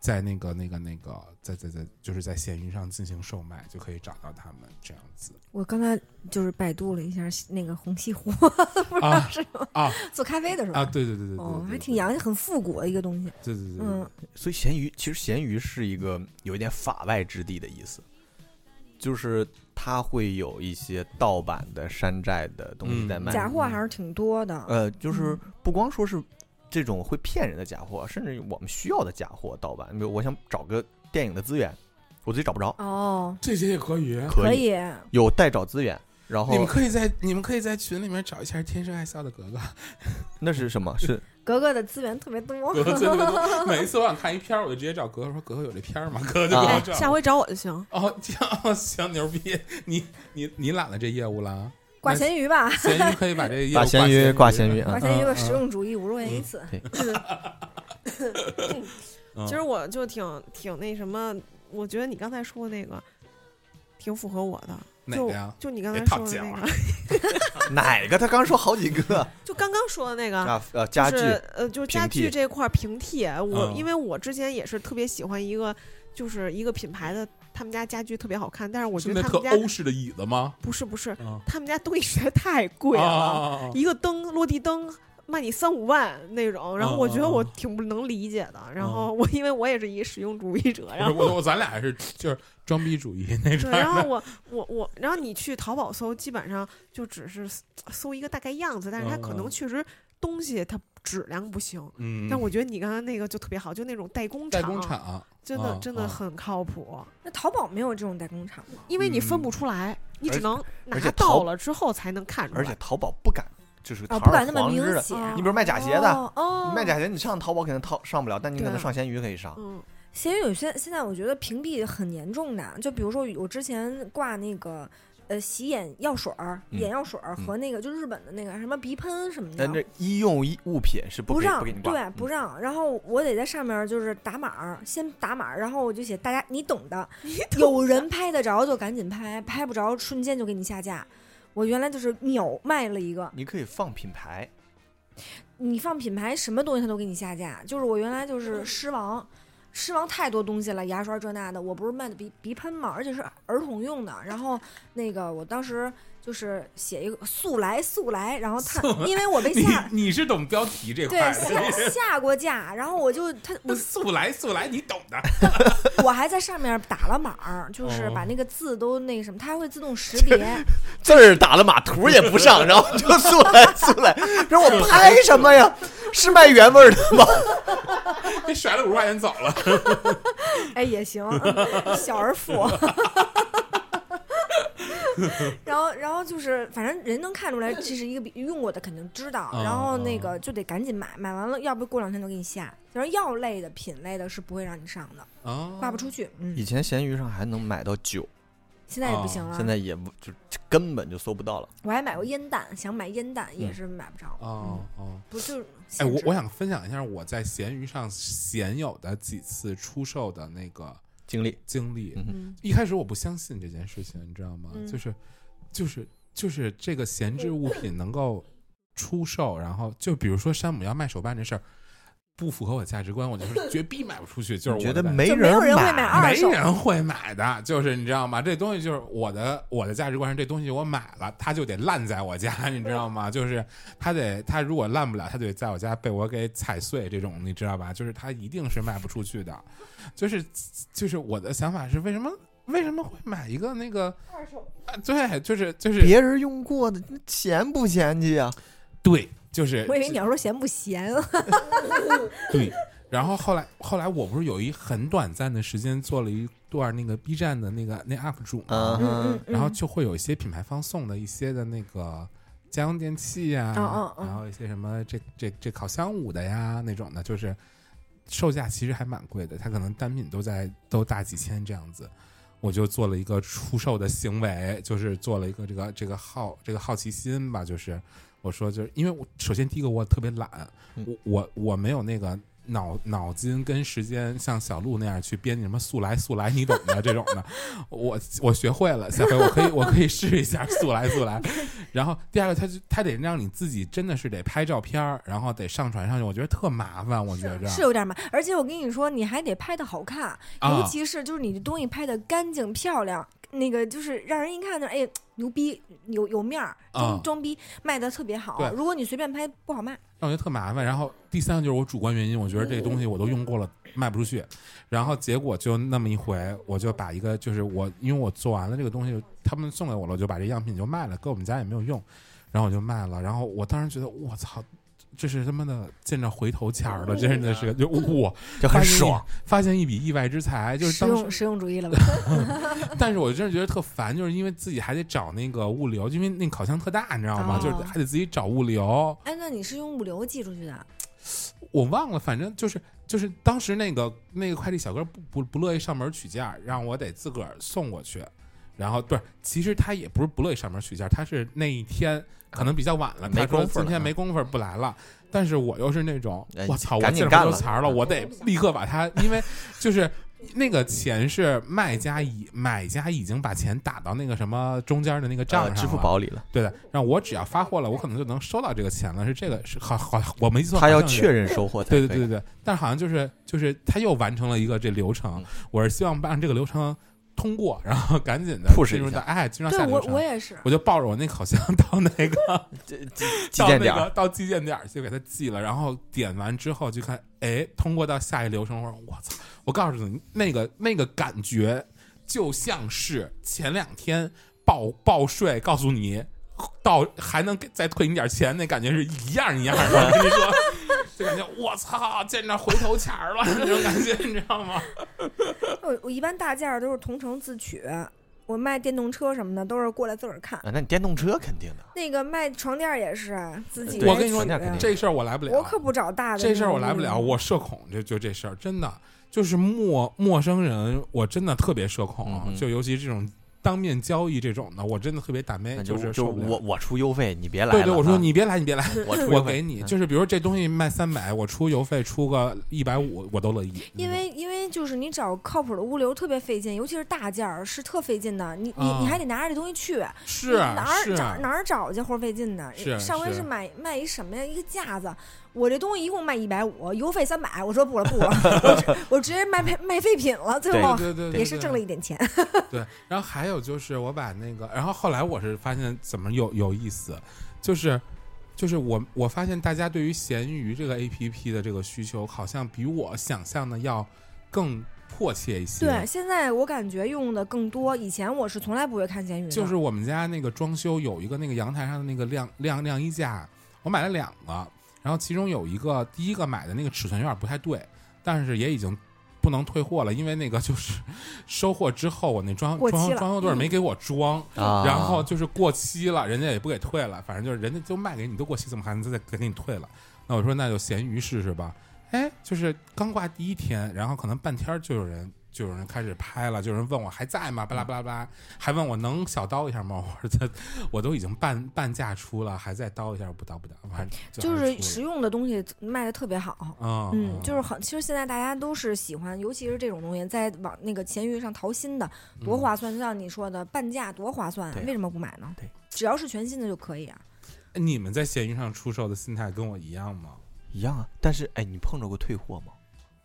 A: 在那个、那个、那个，在在在，就是在闲鱼上进行售卖，就可以找到他们这样子。
B: 我刚才就是百度了一下那个红西湖，
A: 啊
B: 是吗？
A: 啊
B: 做咖啡的时候
A: 啊！对对对对对，
B: 哦，
A: 对
B: 还挺。洋气，很复古的一个东西。
A: 对对对对，
B: 嗯
A: 对，
C: 所以咸鱼其实咸鱼是一个有一点法外之地的意思，就是它会有一些盗
B: 嗯
C: 版的山寨的东西在卖。呃
B: 假货还是挺多的。
C: 呃，就是不光说是这种会骗人的假货，甚至我们需要的假货盗版。比如我想找个电影的资源，我自己找不着，
B: 哦，
A: 这些也可以。
C: 可
B: 以，
C: 有代找资源。然
A: 你们
C: 后
A: 可以在你们可以在群里面找一下《天生爱笑的格 格》
C: 那是什么？是
B: 格格的资源特别多，
A: 格格 最多多。每一次我想看一片儿，我就直接找格格说：“格格有这片儿吗？”格格就给我
B: 哦
D: 哎，
A: 找。
D: 下回找我就行。
A: 哦， 这样哦行，牛逼！你你你揽了这业务了，啊
B: 挂咸鱼吧，
A: 咸鱼可以把这业务
C: 把
A: 咸
C: 咸鱼挂
A: 挂
C: 咸鱼
A: 鱼。
C: 啊
B: 挂，咸鱼的实用主义五十块钱一次。
A: 嗯
D: 其实我就挺挺那什么，我觉得你刚才说的那个挺符合我的。
A: 哪
D: 就
A: 个呀？
D: 就你刚才
A: 别套
D: 说的
A: 奖
D: 那
A: 啊
D: 个，
C: 哪个？他刚说好几个
B: 啊
D: 就刚刚说的那个，
C: 啊，呃，家具
D: 就是呃，就是家
C: 平替
D: 具这块儿平替，我、
A: 嗯
D: 因为我之前也是特别喜欢一个，就是一个品牌的，他们家家具特别好看，但是我
A: 是
D: 觉
A: 那
D: 得他
A: 特
D: 们家
A: 欧式的椅子吗？
D: 不是不是，
A: 嗯，
D: 他们家东西实在太贵了，
A: 啊啊啊啊
D: 一个灯落地灯卖你三五万那种，然后我觉
A: 嗯
D: 得我挺不能理解的，然后我因为我也是一实用主义者，然
A: 啊不是
D: 后。
A: 我我咱俩是就是装逼主义那
D: 对，
A: 种。
D: 然后我我我，然后你去淘宝搜，基本上就只是搜一个大概样子，但是它可
A: 嗯嗯
D: 能确实东西它质量不行，
A: 嗯，
D: 但我觉得你刚刚那个就特别好，就那种代工
A: 代
D: 厂，
A: 工厂
D: 真的、
A: 啊
D: 真
A: 啊
D: 的很靠谱，
B: 那淘宝没有这种代工厂吗？
D: 因为你
A: 嗯
D: 分不出来，你
C: 而
D: 只能
C: 而
D: 拿
C: 且淘
D: 到了之后才能看出来。
C: 而且淘宝不敢，就是
B: 哦，
C: 堂
B: 不敢
C: 而
B: 那么
C: 皇
B: 明
C: 之的。
B: 显。
D: 啊
C: 你比如卖假鞋的，
B: 哦，哦
C: 你卖假鞋，你上淘宝肯定淘上不了，但你可能
D: 对
C: 上闲鱼可以上。
D: 嗯，
B: 闲鱼有些现在我觉得屏蔽很严重的，就比如说我之前挂那个呃洗眼药水儿、
C: 嗯
B: 眼药水儿
C: 嗯
B: 和那个就日本的那个什么鼻喷什么的
C: 但，这呃医用一物品是不
B: 不
C: 给
B: 让
C: 不给你挂，嗯
B: 对不让，然后我得在上面就是打码儿，先打码儿，然后我就写大家你懂的，有人拍得着就赶紧拍，拍不着瞬间就给你下架。我原来就是秒卖了一个，
C: 你可以放品牌，
B: 你放品牌什么东西它都给你下架。就是我原来就是狮王，狮王太多东西了，牙刷这那的。我不是卖的鼻鼻喷嘛，而且是儿童用的。然后那个我当时就是写一个速来速来，然后他因为我被
A: 你
B: 下
A: 你是懂标题这
B: 对
A: 块
B: 下
A: 的，
B: 下过架，然后我就他
A: 你
B: 我
A: 速来速来，你懂的。
B: 我还在上面打了码儿，就是
A: 哦
B: 把那个字都那什么，它还会自动识别。
C: 字儿打了码，图也不上，然后就速来速来，说我拍什么呀？是卖原味儿的吗？
A: 这甩了五十块钱走了，
B: 哎，也行，小而富。 然后，然后就是，反正人能看出来，这是一个比用过的，肯定知道。
A: 嗯
B: 然后那个就得赶紧买，买完了，要不过两天就给你下。反正药类的、品类的是不会让你上的，
A: 啊
B: 挂不出去。嗯，
C: 以前闲鱼上还能买到酒，
B: 现在也不行
A: 哦
B: 了。
C: 现在也不就根本就搜不到了。
B: 我还买过烟弹，想买烟弹也是买不着。
A: 嗯哦
B: 嗯，
A: 哦。
B: 不就是
A: 哎，
B: 限制？
A: 我我想分享一下我在闲鱼上鲜有的几次出售的那个
C: 经历，
A: 经历。
C: 嗯
D: 嗯
A: 一开始我不相信这件事情，你知道吗？
B: 嗯
A: 就是，就是，就是这个闲置物品能够出售，然后就比如说山姆要卖手办这事儿，不符合我价值观，我就是绝逼卖不出去。就是我
C: 觉
A: 的
C: 得
A: 感
C: 没
B: 就没有人会买二
A: 没
B: 手
A: 人会买的，就是你知道吗？这东西就是我的我的价值观是这东西我买了，它就得烂在我家，你知道吗？就是它得它如果烂不了，它就得在我家被我给踩碎，这种你知道吧？就是它一定是卖不出去的，就是就是我的想法是为什么？为什么会买一个那个二手？啊，对，就是就是
C: 别人用过的，那嫌不嫌弃啊？
A: 对，就是
B: 我以为你要说咸不咸，
A: 嗯对，然后后来后来我不是有一很短暂的时间做了一段那个 B 站的那个那 UP 主
C: 嗯
A: 嘛，
B: 嗯嗯，
A: 然后就会有一些品牌方送的一些的那个家用电器呀，
B: 哦哦哦
A: 然后一些什么这这这烤箱舞的呀那种的，就是售价其实还蛮贵的，它可能单品都在都大几千这样子。我就做了一个出售的行为，就是做了一个这个这个好这个好奇心吧，就是我说就是因为我首先第一个我特别懒，
C: 嗯
A: 我我我没有那个脑脑筋跟时间像小鹿那样去编什么速来速来你懂的这种的，我我学会了，下回我可以我可以试一下速来速来。然后第二个，他就他得让你自己真的是得拍照片儿，然后得上传上去，我觉得特麻烦，我觉着
B: 是有点麻，而且我跟你说，你还得拍的好看，尤
A: 啊
B: 其是就是你的东西拍的干净漂亮，那个就是让人一看就哎牛逼，有有面儿，
A: 啊
B: 装装逼卖的特别好
A: 对。
B: 如果你随便拍不好卖，
A: 让我觉得特麻烦。然后第三个就是我主观原因，我觉得这东西我都用过了，卖不出去。然后结果就那么一回，我就把一个就是我因为我做完了这个东西，他们送给我了，我就把这样品就卖了，搁我们家也没有用，然后我就卖了。然后我当时觉得我操，这是他妈的见着回头钱儿了，真的是个就哇，
C: 就
A: 发
C: 很
A: 现一
C: 爽。
A: 发现一笔意外之财，就是
B: 实
A: 当
B: 用
A: 时，
B: 实用主义了吧？
A: 但是我真是觉得特烦，就是因为自己还得找那个物流，因为那烤箱特大，你知道吗？
B: 哦
A: 就是还得自己找物流，
B: 哎，那你是用物流寄出去的？
A: 我忘了，反正就是就是当时那个那个快递小哥不不不乐意上门取件，让我得自个儿送过去。然后不是，其实他也不是不乐意上门取件，他是那一天可能比较晚了，
C: 啊没
A: 他说
C: 工夫了啊
A: 今天没工夫不来了。但是我又是那种
C: 哎，
A: 我操，我
C: 赶紧
A: 见
C: 干
A: 着
C: 了啊
A: 钱儿了，我得立刻把它，因为就是。那个钱是卖家已买家已经把钱打到那个什么中间的那个账
C: 呃
A: 上了，
C: 支付宝里了，
A: 对的。然后我只要发货了，我可能就能收到这个钱了，是这个是好好，我没记错，
C: 他要
A: 好像是
C: 确认收货才
A: 对对
C: 可
A: 对
C: 以
A: 对对，但好像就是就是他又完成了一个这流程
C: 嗯，
A: 我是希望让这个流程通过，然后赶紧的
C: push
A: 进入
C: 一下
A: 到哎进入到
B: 对
A: 下
B: 我
A: 流
B: 我
A: 程。
B: 也是，
A: 我就抱着我那烤箱到那个
C: 寄
A: 到
C: 件
A: 那
C: 点
A: 个
C: 儿
A: 到寄件点儿去给他寄了，然后点完之后就看，哎，通过到下一流程。我说我操！我告诉你，那个那个感觉就像是前两天报报税告诉你到还能给再退你点钱，那感觉是一样一样的。 我跟你说，就感觉我操，见着回头钱儿了 那种感觉，你知道吗？
B: 我我一般大件儿都是同城自取，我卖电动车什么的都是过来自个儿看。
C: 啊，那你电动车肯定的，
B: 那个卖床垫儿也是啊自己
C: 对
A: 我跟你说
C: 床
B: 取
C: 垫儿肯定
A: 这事儿我来不了，
B: 我可不找大的，
A: 这事儿我来不了，我社恐，就就这事儿，真的就是陌陌生人，我真的特别社恐，
C: 嗯嗯
A: 就尤其这种当面交易这种的，我真的特别胆
C: 那
A: 怯，
C: 就是就
A: 受不了
C: 我。我出邮费，你别来了
A: 对
C: 啊。
A: 对，我说你别来，你别来，
C: 我出
A: 我
C: 邮费
A: 给你。
C: 嗯
A: 就是比如说这东西卖三百，我出邮费出个一百五，我都乐意。
B: 因为因为就是你找靠谱的物流特别费劲，尤其是大件儿是特费劲的，你你
A: 啊
B: 你还得拿着这东西去，
A: 是啊
B: 哪儿
A: 是
B: 找哪儿找去或者费劲呢？
A: 是啊
B: 上回
A: 是
B: 是买卖一什么呀？一个架子，我这东西一共卖一百五，邮费三百，我说不了不了， 我直我直接卖卖卖废品了，最后
A: 对对对对，
B: 也是
A: 对
B: 挣了一点钱。
A: 对，然后还有就是我把那个，然后后来我是发现怎么有有意思，就是就是我我发现大家对于闲鱼这个 A P P 的这个需求，好像比我想象的要更迫切一些。
B: 对，，现在我感觉用的更多，以前我是从来不会看闲鱼的，
A: 就是我们家那个装修有一个那个阳台上的那个晾晾晾衣架，我买了两个，然后其中有一个第一个买的那个尺寸有点不太对，但是也已经不能退货了，因为那个就是 收货之后我那装
B: 过期
A: 装
B: 了
A: 装修队儿没给我装，
C: 啊，
A: 然后就是过期了，人家也不给退了，反正就是人家就卖给你都过期，怎么还能再再给你退了？那我说那就闲鱼试试吧。哎，就是刚挂第一天，然后可能半天儿就有人就有人开始拍了，就有人问我还在吗？巴拉巴拉巴拉，还问我能小刀一下吗？我说这 我都已经半半价出了，还再刀一下，不刀不刀，反正
B: 就
A: 还
B: 是
A: 出
B: 实用的东西卖的特别好。
A: 了
C: 哦
A: 嗯
B: 嗯，就是很，其实现在大家都是喜欢，尤其是这种东西，在网那个闲鱼上淘新的，多划算！就像你说的，半价多划算啊
C: 嗯对，啊
B: 为什么不买呢？
C: 对，
B: 只要是全新的就可以啊。
A: 你们在闲鱼上出售的心态跟我一样吗？
C: 一样啊。但是哎，你碰着过退货吗？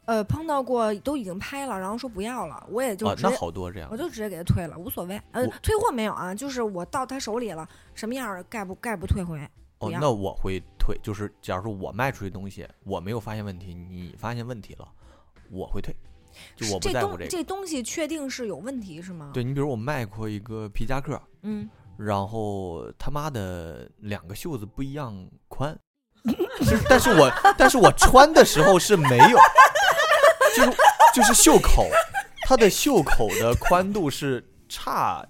B: 呃，碰到过都已经拍了，然后说不要了，我也就
C: 啊，
B: 直接、
C: 那好多这样
B: 我。就直接给他退了，无所谓。呃
C: 我，
B: 退货没有啊，就是我到他手里了，什么样儿概不概不退回。
C: 哦
B: 不，要
C: 那我会退，就是假如说我卖出去东西，我没有发现问题，你发现问题了，我会退，就我不
B: 这
C: 在乎
B: 东
C: 这个。
B: 这东西确定是有问题是吗？，
C: 对你比如我卖过一个皮夹克，
B: 嗯，
C: 然后他妈的两个袖子不一样 宽，就是但是我但是我穿的时候是没有，就是就是袖口，它的袖口的宽度是差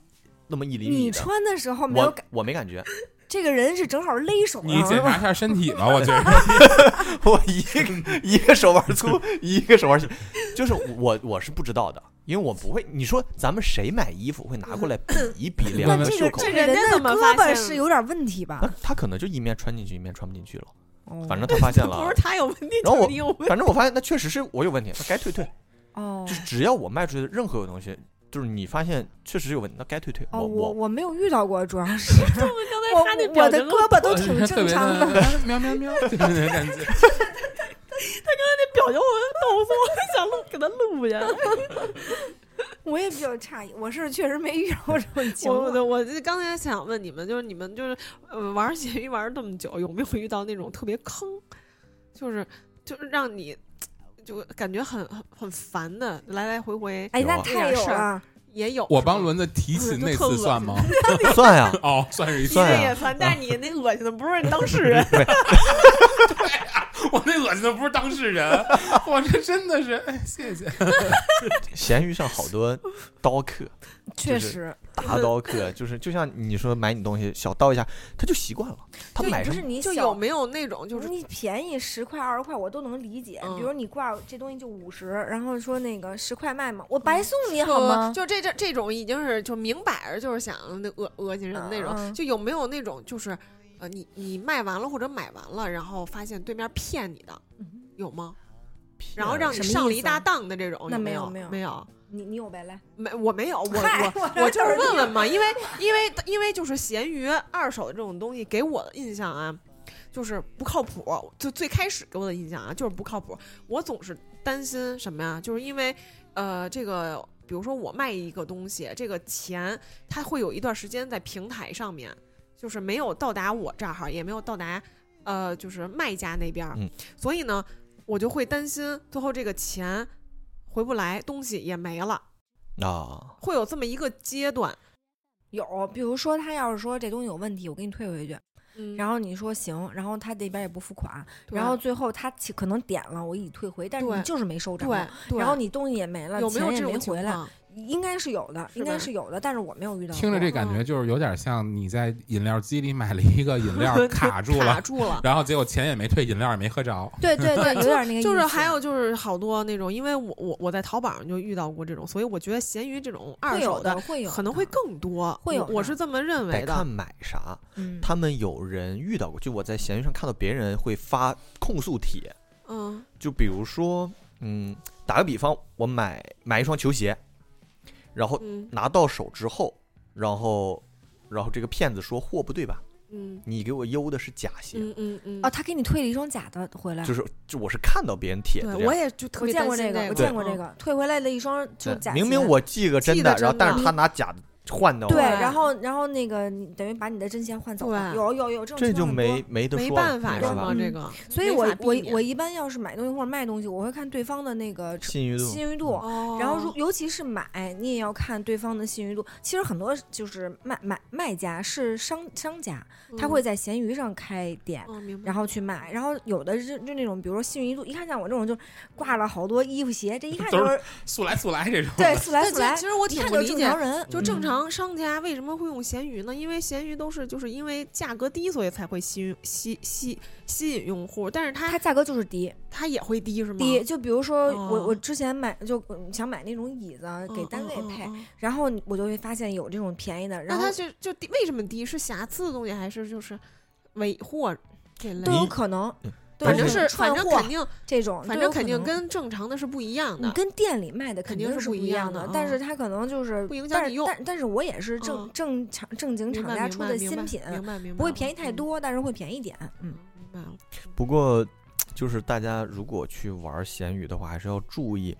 C: 那么一厘米
B: 你
C: 的，
B: 穿的时候没有
C: 我
B: 感，
C: 我没感觉，
B: 这个人是正好勒手
A: 你
B: 上
A: 检
B: 是
A: 查
B: 吧？
A: 一下身体吧，我觉得。
C: 我一个一个手腕粗，一个手腕细，就是我我是不知道的，因为我不会。你说咱们谁买衣服会拿过来比一比两
A: 那
C: 个
B: 嗯这
C: 袖
B: 个
C: 口
B: 这？个
D: 人家
B: 人的
D: 怎么
B: 胳
D: 发
B: 膊
D: 现
B: 是
D: 的
B: 有点问题吧
C: 那？他可能就一面穿进去，一面穿不进去了。
B: 哦
C: 反正他发现了 啊
D: 不是，他有问题，
C: 然后
D: 就
C: 我
D: 是 你有问题。
C: 反正我发现那确实是我有问题，那该退退。
B: 哦
C: 就是只要我卖出去的任何有东西，就是你发现确实有问题，那该退退。
B: 哦，
C: 我
B: 我我没有遇到过，主要是
D: 刚才
B: 我
D: 他那
B: 我
D: 表
B: 的
D: 情，
B: 胳膊都
A: 是
B: 挺
A: 特
B: 正
A: 别
B: 常的。
A: 的，喵喵喵，就是那感觉。
D: 那表情我逗死我，想录给他录下来。
B: 我也比较诧异，我是确实没遇到过这种情
D: 我
B: 况。
D: 我我这刚才想问你们，就是你们就是呃玩咸鱼玩儿这么久，有没有遇到那种特别坑，就是就是让你就感觉很很很烦的，来来回回
B: 哎，那
C: 有啊
B: 太有了，
D: 也有
A: 我
D: 是吗
A: 帮轮子提琴那次算吗？
C: 算啊呀、
A: 哦，算 是一
D: 一
A: 次
C: 算。
D: 个
C: 呀
D: 也算，但是你那恶心的不是当事人，
A: 我那恶心的不是当事人，我这真的是，哎，谢谢。
C: 闲鱼上好多刀客，
B: 确实，
C: 大刀客，就是就像你说买你东西小刀一下，他就习惯了，他
B: 就
C: 买什
B: 不
C: 么
B: 是 你
D: 就
B: 小
D: 有没有那种就是
B: 你便宜十块二十块我都能理解，
D: 嗯
B: 比如你挂这东西就五十，然后说那个十块卖嘛，我白
D: 嗯
B: 送你好吗？
D: 就这这这种已经是就明摆着就是想那恶恶心人的那种，
B: 嗯嗯
D: 就有没有那种就是呃你你卖完了或者买完了，然后发现对面骗你的
B: 嗯
D: 有吗？
C: 骗
D: 然后让你
B: 什么
D: 上了
B: 意
D: 一
B: 思
D: 大
B: 啊
D: 当的这种，
B: 那
D: 有没
B: 没有
D: 没
B: 没
D: 有
B: 有
D: 没有
B: 你你有呗，来，
D: 没我没有我
B: 嗨
D: 我。
B: 我
D: 我就是
B: 这儿
D: 问问嘛，因为因为因为就是闲鱼二手的这种东西，给我的印象啊，就是不靠谱。就最开始给我的印象啊，就是不靠谱。我总是担心什么呀？就是因为呃，这个比如说我卖一个东西，这个钱它会有一段时间在平台上面，就是没有到达我这儿哈，也没有到达呃，就是卖家那边儿。
C: 嗯
D: 所以呢，我就会担心最后这个钱回不来，东西也没了，
C: 啊，
D: 会有这么一个阶段。
B: 有，比如说他要是说这东西有问题，我给你退回去，
D: 嗯
B: 然后你说行，然后他这边也不付款，
D: 对
B: 然后最后他其可能点了，我已退回，但是
D: 对
B: 你就是没收着，
D: 对，对
B: 然后你东西也没了，
D: 有没有这
B: 钱也没
D: 种情
B: 回来，
D: 况？
B: 应该是有的，
D: 是
B: 应该
D: 吧
B: 是有的，但是我没有遇到过。
A: 听着这感觉就是有点像你在饮料机里买了一个饮料卡住
D: 卡
A: 了，
D: 住了。
A: 然后结果钱也没退，饮料也没喝着。
B: 对对对， 有点那个意思，
D: 就是还有就是好多那种，因为我我我在淘宝上就遇到过这种，所以我觉得闲鱼这种二
B: 会有
D: 手
B: 的，会有
D: 可能会
B: 的
D: 更多，
B: 会有
D: 我我
B: 的
D: 是这么认为
C: 得看
D: 的。
C: 买啥。
B: 嗯，
C: 他们有人遇到过，就我在闲鱼上看到别人会发控诉帖，
D: 嗯
C: 就比如说，嗯，打个比方，我买买一双球鞋，然后
D: 嗯
C: 拿到手之后，然后然后这个骗子说货不对吧？
D: 嗯
C: 你给我邮的是假鞋，
D: 嗯嗯嗯
B: 哦，他给你退了一双假的回来
C: 就。是就我是看到别人帖子这
D: 对，我
C: 样。
D: 也就特
B: 我
D: 别
B: 见过
D: 担
B: 这
D: 心
B: 个，我
D: 个，
B: 见过这
D: 嗯。
B: 个，退回来的一双就是
C: 对
B: 假鞋。
C: 明明我寄个真
D: 寄的
C: 的，然后
D: 真
C: 但
D: 的
C: 是他拿假的换的，
B: 对，
D: 对
B: 然后然后那个你等于把你的真钱换走了，
D: 对
B: 有有有这种
C: 这
B: 情
C: 就
B: 况很
C: 没
B: 多
C: 没得说
D: 没
C: 了，
D: 办法
C: 是
D: 是
B: 吧
D: 吗？
B: 嗯
D: 这个，
B: 所以
D: 没
B: 我
D: 法避
B: 我
D: 免
B: 我一般要是买东西或者卖东西，我会看对方的那个
C: 信誉度。
B: 信誉度。
D: 哦
B: 然后，如尤其是买，你也要看对方的信誉度。其实很多就是卖买卖家是商商家，他会
D: 嗯，
B: 在闲鱼上开店，
D: 哦，明白。
B: 然后去卖。然后有的是就那种，比如说信誉度，一看像我这种就挂了好多衣服鞋，这一看就
A: 都
B: 是
A: 速来速来这种，
B: 对，速来
D: 但
B: 速
D: 其实
B: 来
D: 其，实我
B: 一
D: 挺
B: 看
D: 不
B: 就
D: 理
B: 是正
D: 解
B: 常，人。
D: 就
B: 嗯
D: 正常商家为什么会用闲鱼呢？因为闲鱼都是就是因为价格低，所以才会吸吸吸吸引用户，但是它
B: 它价格就是低
D: 它也会低是吗？
B: 低，就比如说我我
D: 嗯哦
B: 之前买就嗯想买那种椅子给
D: 嗯
B: 单位配，，
D: 嗯嗯嗯嗯
B: 然后我就会发现有这种便宜的，然
D: 那
B: 后
D: 它就就低为什么低？是瑕疵的东西，还是就是尾货这类
B: 都有
C: 你
D: 的？
B: 可能
C: 嗯，
B: 都
D: 反
B: 有可
D: 正
B: 能
D: 是
B: 串
D: 反正
B: 货
D: 肯定
B: 这种，
D: 反
B: 都
D: 正
B: 有可
D: 肯定
B: 能
D: 跟正常的是不一样
B: 你
D: 的。
B: 跟店里卖的
D: 肯定
B: 定
D: 是
B: 是
D: 不
B: 一
D: 一样
B: 的
D: 的，
B: 但
D: 嗯
B: 是它可能就是
D: 不影响
B: 但
D: 你
B: 是
D: 用
B: 但但是我也是正
D: 嗯
B: 正常正经
D: 明
B: 厂
D: 白
B: 家
D: 明
B: 出
D: 白
B: 的
D: 明
B: 新
D: 白
B: 品，
D: 明白明白，
B: 不会便宜太
D: 嗯，
B: 多，但是会便宜一点，嗯。
D: 明白了。
C: 不过，就是大家如果去玩闲鱼的话，还是要注意。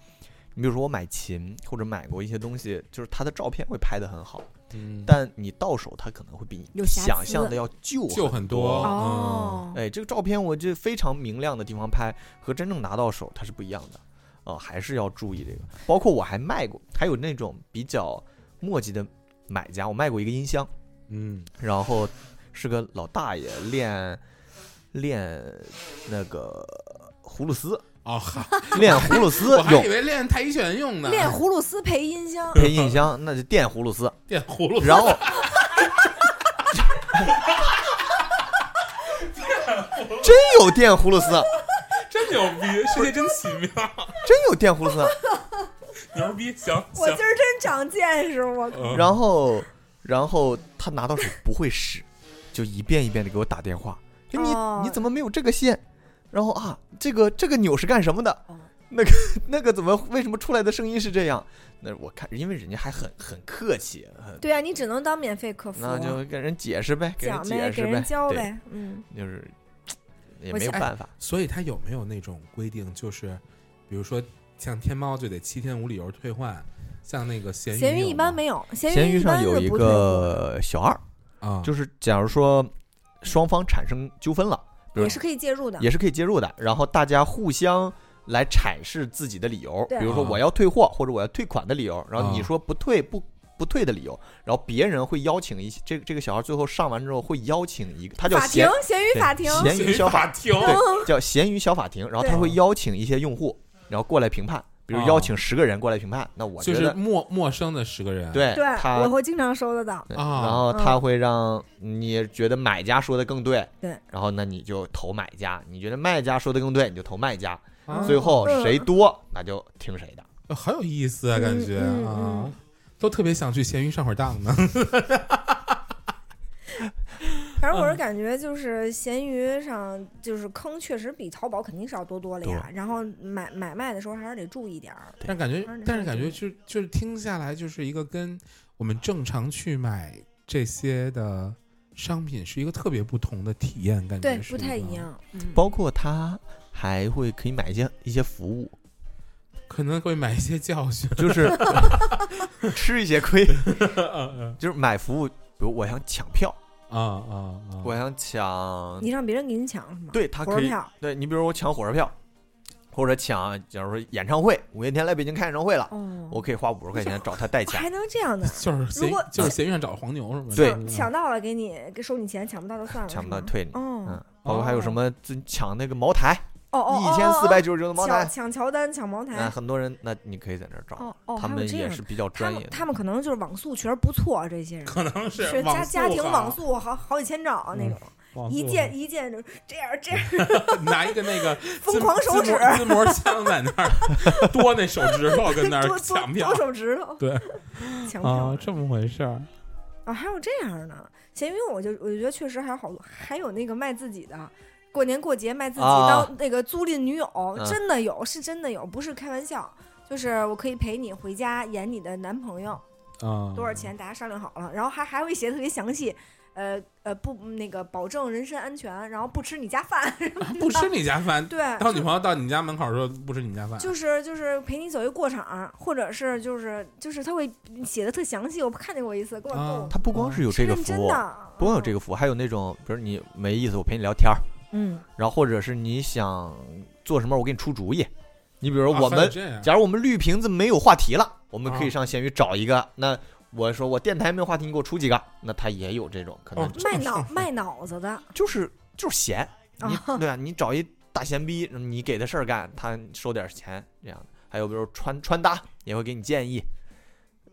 C: 你比如说，我买琴或者买过一些东西，就是它的照片会拍得很好，
A: 嗯
C: 但你到手它可能会比
B: 有
C: 你
B: 瑕
C: 想
B: 疵
C: 象的要旧
A: 就很
C: 很
A: 多
C: 多。
A: 哦
C: 哎，这个照片我这非常明亮的地方拍和真正拿到手它是不一样的，呃，还是要注意这个。包括我还卖过，还有那种比较墨迹的买家，我卖过一个音箱，
A: 嗯，
C: 然后是个老大爷练练那个葫芦丝，
A: 哦，好
C: 练葫芦丝
A: 我还以
C: 有
A: 为练太极拳用呢，
B: 嗯练葫芦丝配 音箱，
C: 配音箱，那就电葫芦丝，
A: 练葫芦，
C: 然后。真有电葫芦丝，
A: 真牛逼，世界真奇妙，
C: 真有电葫芦丝。
A: 牛逼，行
B: 我今
A: 行，
B: 儿真长见识，我靠！
A: 嗯
C: 然后，然后他拿到手不会使，就一遍一遍的给我打电话，就你
B: 哦
C: 你怎么没有这个线？然后啊，这个这个钮是干什么的
B: 哦？
C: 那个 那个怎么为什么出来的声音是这样？那我看，因为人家还很很客气，很
B: 对啊，你只能当免费客服，
C: 那就跟人解释呗，给人
B: 讲
C: 解
B: 呗，给
C: 释
B: 人教
C: 对，
B: 呗，嗯，
C: 就是也
B: 我
C: 没有
B: 想
C: 办法。
A: 所以它有没有那种规定，就是比如说像天猫就得七天无理由退换，像那个闲鱼
B: 闲鱼
A: 有
B: 一般
A: 吗
B: 没有，
C: 闲
B: 闲
C: 鱼上
B: 般
C: 有
B: 是
C: 一
B: 不退货
C: 个小二，
A: 啊，
C: 就是假如说双方产生纠纷了，比如
B: 也是可以介入的，
C: 也是可以接入的。然后大家互相来阐释自己的理由，
B: 对啊
C: 比如说我要退货或者我要退款的理由，然后你说不退不。不退的理由，然后别人会邀请一些这个这个小孩最后上完之后会邀请一个，他叫
B: 法庭
C: 闲
B: 咸鱼法庭，
C: 对闲鱼小法
A: 法庭，
C: 对，叫闲鱼小法庭，然后他
B: 对
C: 会邀请一些用户，然后过来评判，比如
A: 哦
C: 邀请十个人过来评判，那我觉
A: 就是
C: 得
A: 陌陌生的十个人，
C: 对
B: 对，
C: 他
B: 我会经常收得到。
C: 对
A: 啊
C: 然后他会让你觉得买家说的更对，
B: 对，
C: 然后那你就投买家，你觉得卖家说的更对，你就投卖家，
B: 嗯
A: 啊，
C: 最后谁多那就听谁的。
A: 呃好有意思啊，感觉
B: 嗯嗯
A: 啊
B: 嗯，
A: 都特别想去闲鱼上会儿当 呢。
B: 反
C: 嗯
B: 正我是感觉就是闲鱼上就是坑确实比淘宝肯定是要多多了呀。然后买买卖的时候还是得注意点儿。
A: 但感觉
B: 当然，
A: 但是感觉
B: 这个
A: 就就是听下来，就是一个跟我们正常去买这些的商品是一个特别不同的体验，感觉
B: 对，
A: 是
B: 不
A: 个
B: 太一，样。
D: 嗯
C: 包括他还会可以买一些一些服 务，
A: 可能会买一些教训。
C: 就是吃一些亏，就是买服务，比如我想抢票，
A: 啊啊啊！
C: 我想抢，
B: 你让别人给你抢是吗？
C: 嗯对他
B: 火
C: 可
B: 车
C: 以，
B: 票。
C: 对你比如我抢火车票，或者抢，假如说演唱会，五月天来北京开演唱会了，
B: 哦，
C: 我可以花五十块钱找他代抢。
B: 还能这样呢？
A: 就是
B: 如
A: 闲
B: 果
A: 就是闲鱼上找黄牛是吗？
C: 对嗯
A: 就是
B: 抢到了给你给收你钱，抢不到就算了，
C: 抢不
B: 是
C: 到
B: 吗
C: 退你嗯
B: 哦，
C: 包括还有什
A: 哦
C: 么自抢那个茅台，
B: 哦哦，
C: 一千四
B: 哦
C: 百九十九的
B: 哦
C: 茅
B: 抢
C: 台，
B: 抢乔丹，抢茅
C: 那
B: 台。
C: 很多人，那你可以在那儿找，
B: 哦哦，
C: 他
B: 还有
C: 们
B: 这
C: 也
B: 样
C: 是比较
B: 他
C: 专业
B: 们
C: 的。
B: 他们可能就是网速确实不错，啊这些人
A: 可能是
B: 是家
A: 网速
B: 家庭
A: 哈嗯
B: 网速啊好好几千兆啊那种，
A: 网
B: 一
A: 速
B: 键一键就这样 这样
A: 拿一个那 个
B: 疯
A: 自
B: 狂
A: 自
B: 手指
A: 摸自摸枪在那 儿多那手指头跟那
B: 多
A: 儿
B: 多
A: 抢票
B: 多手指头
A: 对
B: 抢
A: 啊
B: 票，
A: 这么回事儿。
B: 啊，还有这样呢。闲鱼我就我觉得确实还有好多，还有那个卖自己的。过年过节卖自己
C: 啊
B: 当那个租赁女友，
C: 嗯
B: 真的有，是真的有，不是开玩笑。就是我可以陪你回家演你的男朋友，
A: 啊，
B: 多少？钱大家商量好了，然后还还会写的特别详细，呃呃不那个保证人身安全，然后不吃你家饭，
A: 啊不吃你家饭，
B: 对，啊
A: 到女朋友到你家门口说不吃你家饭，
B: 就是就是陪你走一过场，或者是就是就是他会写的特详细，我看见过一次，给我
A: 啊
B: 逗，
C: 他不光是有这个
B: 哦是认
C: 服
B: 真
C: 务，
B: 的，哦
C: 不光有这个
B: 个，
C: 服务，还有那种，比如你没意思，我陪你聊天儿，
B: 嗯，
C: 然后或者是你想做什么，我给你出主意。你比如说我
A: 啊还有
C: 们，
A: 这样
C: 假如我们绿瓶子没有话题了，我们可
A: 啊
C: 以上闲鱼找一个。那我说我电台没有话题，你给我出几个？那他也有这种可能
A: 哦，这
B: 卖
A: 么
B: 脑
A: 上
B: 卖脑子的，
C: 就是就是闲，你
B: 啊
C: 对啊，你找一大闲逼，你给他事儿干，他收点钱这样的。还有比如穿穿搭也会给你建议，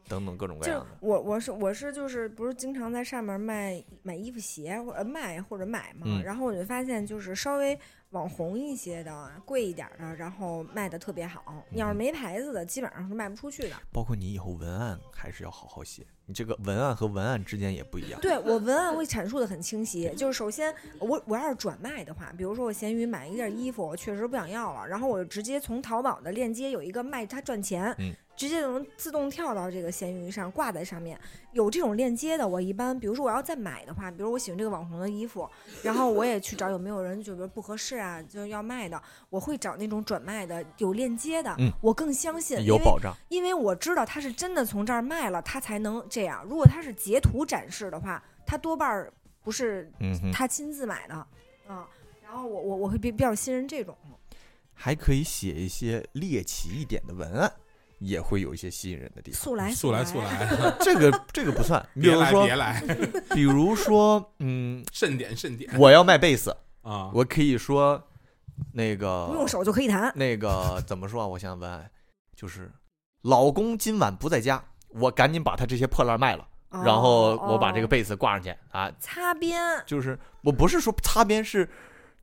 C: 等等各种各
B: 就
C: 样的。
B: 我我是我是就是不是经常在上面卖买衣服鞋或者呃卖或者买嘛，
C: 嗯
B: 然后我就发现就是稍微网红一些的贵一点的，然后卖的特别好，你要是
C: 嗯
B: 没牌子的，基本上是卖不出去的。
C: 包括你以后文案还是要好好写，你这个文案和文案之间也不一样。
B: 对我文 案会阐述的很清晰，就是首先我我要是转卖的话，比如说我闲鱼买一件衣服，我确实不想要了，然后我直接从淘宝的链接有一个卖它赚钱，
C: 嗯
B: 直接就能自动跳到这个闲鱼上挂在上面。有这种链接的，我一般比如说我要再买的话，比如我喜欢这个网红的衣服，然后我也去找有没有人就比如不合适啊，就是要卖的，我会找那种转卖的有链接的，
C: 嗯
B: 我更相信，因
C: 有
B: 为
C: 保障，
B: 因为我知道他是真的从这儿卖了，他才能这样。如果他是截图展示的话，他多半儿不是
C: 嗯哼，
B: 他亲自买的啊、然后我我我会比比较信任这种，
C: 还可以写一些猎奇一点的文案，也会有一些吸引人的地方。
B: 速来
A: 速来
B: 来
A: 速，来，
C: 这个这个 不算，比
A: 别
C: 如
A: 来
C: 说
A: 别，来，
C: 比如说， 嗯，
A: 慎点慎点
C: 我要卖贝斯，
A: 啊！
C: 我可以说那个
B: 不用手就可以弹。
C: 那个怎么说啊？我想问啊，就是老公今晚不在家，我赶紧把他这些破烂卖了，
B: 哦
C: 然后我把这个
B: 哦
C: 被子挂上去啊。
B: 擦边，
C: 就是我不是说擦边是，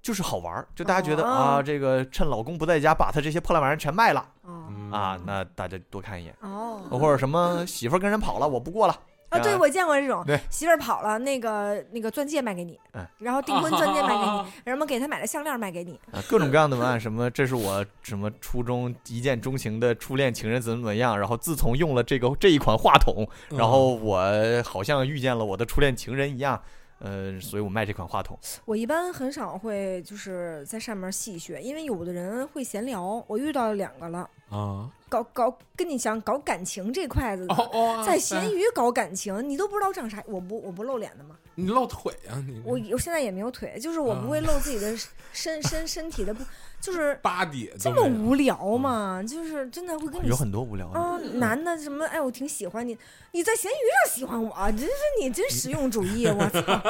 C: 就是好玩儿，就大家觉得
B: 哦
C: 啊，这个趁老公不在家把他这些破烂玩意儿全卖了
B: 哦
A: 嗯
C: 啊，那大家多看一眼，
B: 哦
C: 或者什么媳妇儿跟人跑了，我不过了。
B: 啊，对我见过这种
C: 对，
B: 媳妇儿跑了，那个那个钻戒卖给你
C: 哎，
B: 然后订 婚钻戒卖 给
A: 啊
B: 你，然后给他买的项链卖给你，
C: 啊，各种各样的文案，什么这是我什么初中一见钟情的初恋情人怎么怎么样，然后自从用了这个这一款话筒，
A: 嗯
C: 然后我好像遇见了我的初恋情人一样，呃，所以我卖这款话筒。
B: 我一般很少会就是在上面戏谑，因为有的人会闲聊，我遇到两个了，
A: 啊，
B: 搞搞跟你讲搞感情这块子的，
A: 哦哦啊，
B: 在闲
A: 哎
B: 鱼搞感情，你都不知道长啥，我不我不露脸的嘛，
A: 你露腿啊，你
B: 我
C: 嗯
B: 我现在也没有腿，就是我不会露自己的身身身体的不，就是
A: 八底
B: 这么无聊嘛，就是真的会跟你
C: 嗯有很多无聊的。
B: 啊，男的什么？哎，我挺喜欢你，你在闲鱼上喜欢我，啊真是你真实用主义，啊我操，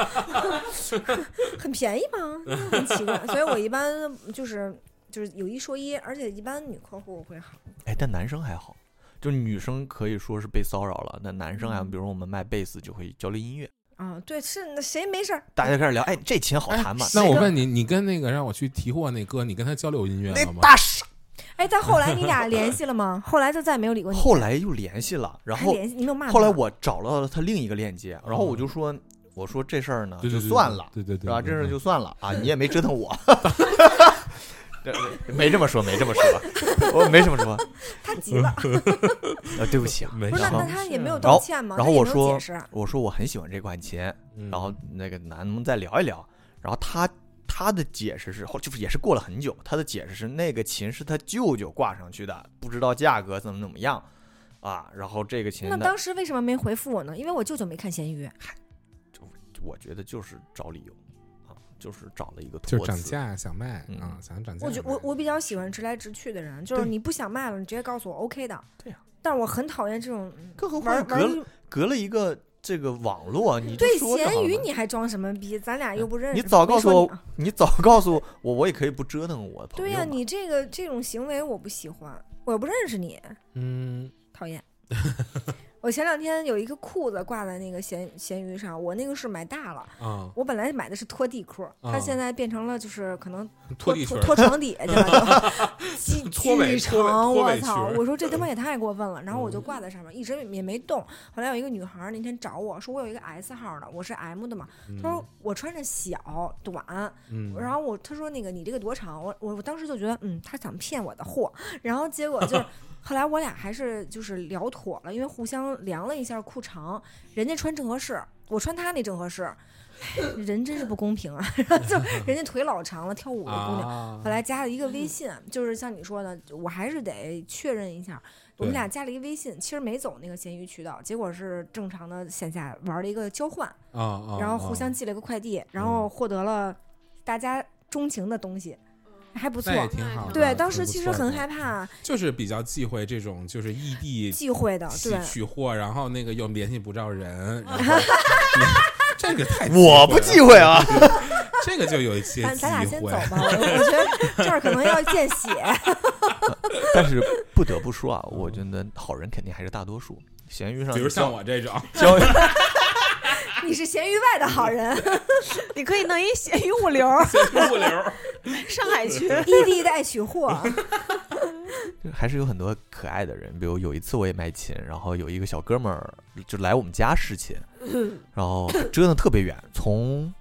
B: 很便宜吗？真的很奇怪，所以我一般就是就是有一说一，而且一般女客户会好，
C: 哎，但男生还好，就是女生可以说是被骚扰了，那男生啊，
A: 嗯
C: 比如说我们卖贝斯就会交流音乐，
B: 啊，对，是那谁没事儿，
C: 大家开始聊，哎，这琴好弹嘛？
A: 那我问你，你跟那个让我去提货那哥，你跟他交流音乐
C: 那
A: 了吗？
C: 大傻，
B: 哎，但后来你俩联系了 吗？后来就再也没有理过你，
C: 后来又联系了，然
B: 还
C: 后
B: 联系，你没有骂他吗？
C: 后来我找到了他另一个链接，然后我就说，我说这事儿呢
A: 哦对
C: 就
A: 对对
C: 算了，
A: 对对对，
C: 是吧？
A: 对
C: 这事儿
A: 对
C: 就算了啊，你也没折 腾我。这没这么说，没这么说，我没这么说。
B: 他急了，
C: 呃，对不起啊，
A: 没
B: 不是
A: 事
B: 那
C: 然后
B: 那他也没有
C: 然
B: 道
C: 后
B: 歉吗？
C: 然
B: 他
C: 后
B: 也
C: 我
B: 没有解
C: 说
B: 释，
C: 我说我很喜欢这款琴，
A: 嗯
C: 然后那个男能再聊一聊。然后他他的解释是，后就是也是过了很久，他的解释是那个琴是他舅舅挂上去的，不知道价格怎么怎么样啊。然后这个琴
B: 那
C: 呢，
B: 当时为什么没回复我呢？因为我舅舅没看闲鱼。
C: 我觉得就是找理由啊，就是找了一个
A: 就是
C: 托
A: 涨
C: 词。
A: 价想卖
C: 嗯
A: 啊，想涨价。
B: 我觉我我比较喜欢直来直去的人，就是
C: 对
B: 你不想卖了，你直接告诉我 OK 的。
C: 对呀
B: 但是我很讨厌这种
C: 更何
B: 玩
C: 况
B: 玩
C: 隔了隔了一个这个网络，你就
B: 对
C: 说就好
B: 咸鱼
C: 了，
B: 你还装什么逼？咱俩又不认识。
C: 你早
B: 没
C: 告诉
B: 说
C: 我
B: 你啊，
C: 你早告诉我，我也可以不折腾我朋
B: 对
C: 友
B: 呀、
C: 嘛。
B: 你这个这种行为我不喜欢，我又不认识你，
A: 嗯，
B: 讨厌。我前两天有一个裤子挂在那个闲闲鱼上，我那个是买大了，
A: 啊，
B: 我本来买的是拖地裤，它
A: 啊
B: 现在变成了就是可能
A: 拖地裙
B: 拖
A: 儿
B: 拖 床底下去了，就巨
A: 拖尾
B: 巨
A: 拖尾
B: 长，
A: 拖
B: 我
A: 尾裙
B: 操！
A: 儿嗯
B: 我说这他妈也太过分了，然后我就挂在上面，一直也没动。后来有一个女孩儿那天找我说，我有一个 S 号的，我是 M 的嘛，她说我穿着小短，
A: 嗯，
B: 然后我她说那个你这个多长？我我我当时就觉得，嗯，她想骗我的货，然后结果就是。 后来我俩还是就是聊妥了，因为互相量了一下裤长，人家穿正合适，我穿她那正合适，唉人真是不公平啊！ 然 后就人家腿老长了，跳舞的姑娘，
A: 啊
B: 后来加了一个微信，就是像你说的，我还是得确认一下。我们
A: 对
B: 俩加了一个微信，其实没走那个闲鱼渠道，结果是正常的线下玩了一个交换，
A: 啊啊，
B: 然后
A: 啊
B: 互相寄了个快递，
A: 嗯
B: 然后获得了大家钟情的东西，还不错
A: 那。也挺好的。
B: 对，
A: 挺
B: 当时
A: 不
B: 其实
A: 错
B: 很
A: 的
B: 害，怕
A: 就是比较忌讳这种就是异 地
B: 忌讳的，
A: 取
B: 对，
A: 取货，然后那个又联系不着 人，然后这个太忌讳
C: 我
A: 了
C: 不忌 讳啊，
A: 这个就有一些
B: 咱
A: 忌
B: 咱俩先走
A: 讳。
B: 吧，我我觉得这儿可能要见血。
C: 但是不得不说啊，我觉得好人肯定还是大多数。闲鱼上
A: 比如像
C: 交
A: 我这 种，
C: 交
B: 你是闲鱼外的 好人，
D: 嗯你可以弄一闲鱼 物流儿，
A: 物流，
D: 上海群。
B: 异地带取货，
C: 还是有很多可爱的人，比如有一次我也卖琴，然后有一个小哥们儿就来我们家试琴，然后折腾特别远，从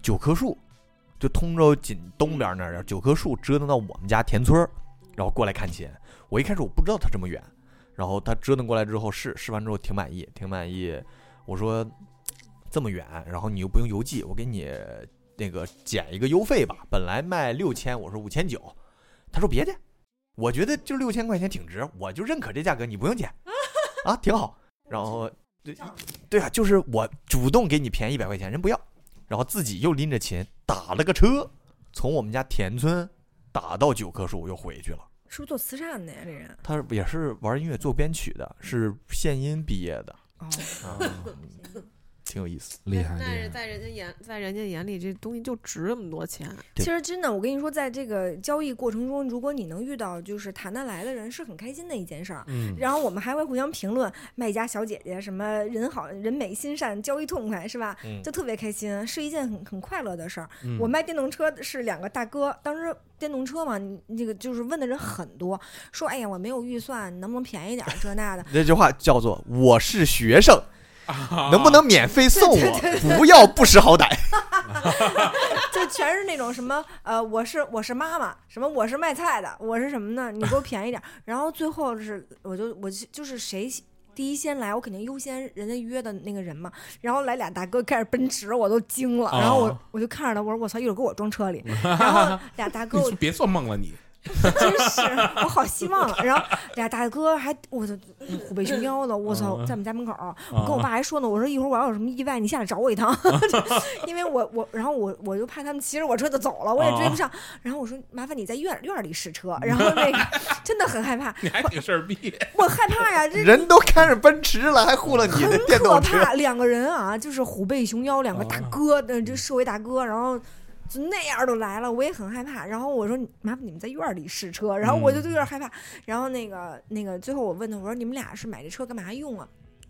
C: 九棵树就通州锦东边那儿，九棵树折腾到我们家田村儿，然后过来看琴。我一开始我不知道他这么远，然后他折腾过来之后试试完之后挺满意，挺满意。我说这么远，然后你又不用邮寄，我给你那个减一个邮费吧，本来卖六千，我说五千九，他说别介。我觉得就六千块钱挺值，我就认可这价格，你不用减啊，挺好。然后对对啊，就是我主动给你便宜一百块钱，人不要，然后自己又拎着琴打了个车，从我们家田村打到九棵树又回去了。
B: 是不是做慈善的呀？这人
C: 他也是玩音乐做编曲的，是献音毕业的，
B: 哦，
C: 啊，挺有意思。
A: 厉害厉
D: 但是
A: 害。
D: 在人家眼，在人家眼里，这东西就值这么多钱。
C: 对
B: 其实真的，我跟你说，在这个交易过程中，如果你能遇到就是谈得来的人，是很开心的一件事儿。
A: 嗯，
B: 然后我们还会互相评论，卖家小姐姐什么人好人美心善，交易痛快是吧？
C: 嗯
B: 就特别开心，是一件很很快乐的事儿。
A: 嗯
B: 我卖电动车是两个大哥，当时电动车嘛，你那个就是问的人很多，说哎呀我没有预算，你能不能便宜点儿这那的。
C: 这句话叫做“我是学生”，
A: 啊
C: 能不能免费送我？不要不识好歹。
B: 就全是那种什么呃，我是我是妈妈，什么我是卖菜的，我是什么呢？你给我便宜点儿。然后最后是，我就我就就是谁第一先来，我肯定优先人家约的那个人嘛。然后来俩大哥开着奔驰，我都惊了。然后我
A: 哦
B: 我就看着他，我说我操，一会儿给我装车里。然后俩大哥
A: 你
B: 我
A: 就别做梦了你，
B: 真是我好希望。啊然后俩大哥还我操虎背熊腰的，我操，
A: 嗯
B: 在我们家门口儿，
A: 啊
B: 我跟我爸还说呢，我说一会儿我要有什么意外，你下来找我一趟， 因为我我然后我我就怕他们骑着我车就走了，我也追不上。然后我说麻烦你在院院里试车，然后那个真的很害怕，
A: 你还挺事儿 逼，
B: 我害怕呀，这
C: 人都开着奔驰了，还护了你的电
B: 很可
C: 动 车，哦
B: 怕，两个人啊，就是虎背熊腰，两个大哥，呃，这社会大哥，然后就那样都来了，我也很害怕。然后我说，麻烦你们在院儿里试车，然后我
C: 嗯
B: 就有点害怕。然后那个那个，最后我问他，我说你们俩是买这车干嘛用啊？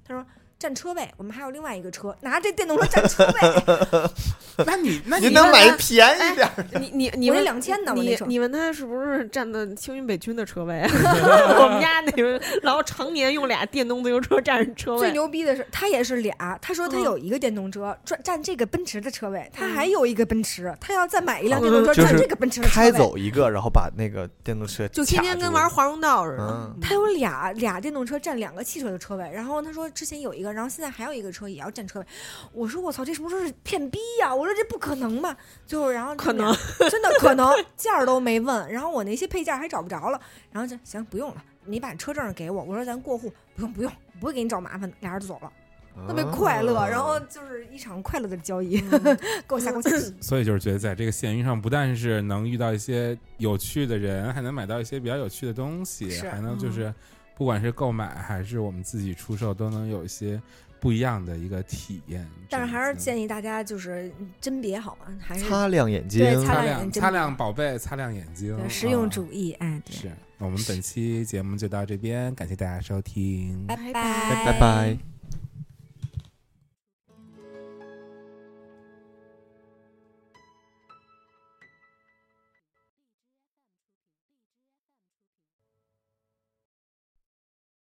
B: 他说。占车位，我们还有另外一个车，拿这电动车占车位，
A: 那你那
C: 您
A: 你
C: 能买便宜点儿？
D: 你 你你
B: 我
D: 问
B: 那2000呢我
D: 你
B: 那时候
D: 你问他是不是占的青云北区的车 位啊？我们家那个，然后常年用俩电动自行车占着车
B: 最
D: 位。
B: 牛逼的是，他也是俩，他
C: 嗯
B: 说他有一个电动车占占这个奔驰的车位，他还有一个奔驰，他要再买一辆电动车
C: 哦就
B: 占
C: 是
B: 这个奔驰的车
C: 开
B: 位，
C: 走一个，然后把那个电动车
D: 就天天
C: 卡住
D: 跟玩华容道似的，
A: 啊
C: 嗯，
B: 他有俩俩电动车占两个汽车的车位，然后他说之前有一个，然后现在还有一个车也要占车位。我说我操，这什么时候是骗逼呀、我说这不可能吧？最后然后
D: 可
B: 他们
D: 能
B: 俩真的可能件儿都没问，然后我那些配件儿还找不着了，然后就行不用了，你把车证给我，我说咱过户，不用不用，不会给你找麻烦的，俩人就走了，
C: 啊
B: 特别快乐，然后就是一场快乐的交易，给我吓够呛。
A: 所以就是觉得在这个闲鱼上，不但是能遇到一些有趣的人，还能买到一些比较有趣的东西，
B: 是嗯
A: 还能就是不管是购买还是我们自己出售，都能有一些不一样的一个体验。
B: 但是还是
A: 建议
B: 建议大家就是甄别好啊，还是
C: 擦亮眼睛，
B: 对擦
A: 擦
B: 亮
A: 亮
B: 眼睛
A: 擦亮宝贝，擦亮眼睛
B: 对，呃实
A: 啊
B: 用主义，哎，对，
A: 是，那我们本期节目就到这边，感谢大家收听，
B: 拜
D: 拜
B: 拜
C: 拜拜。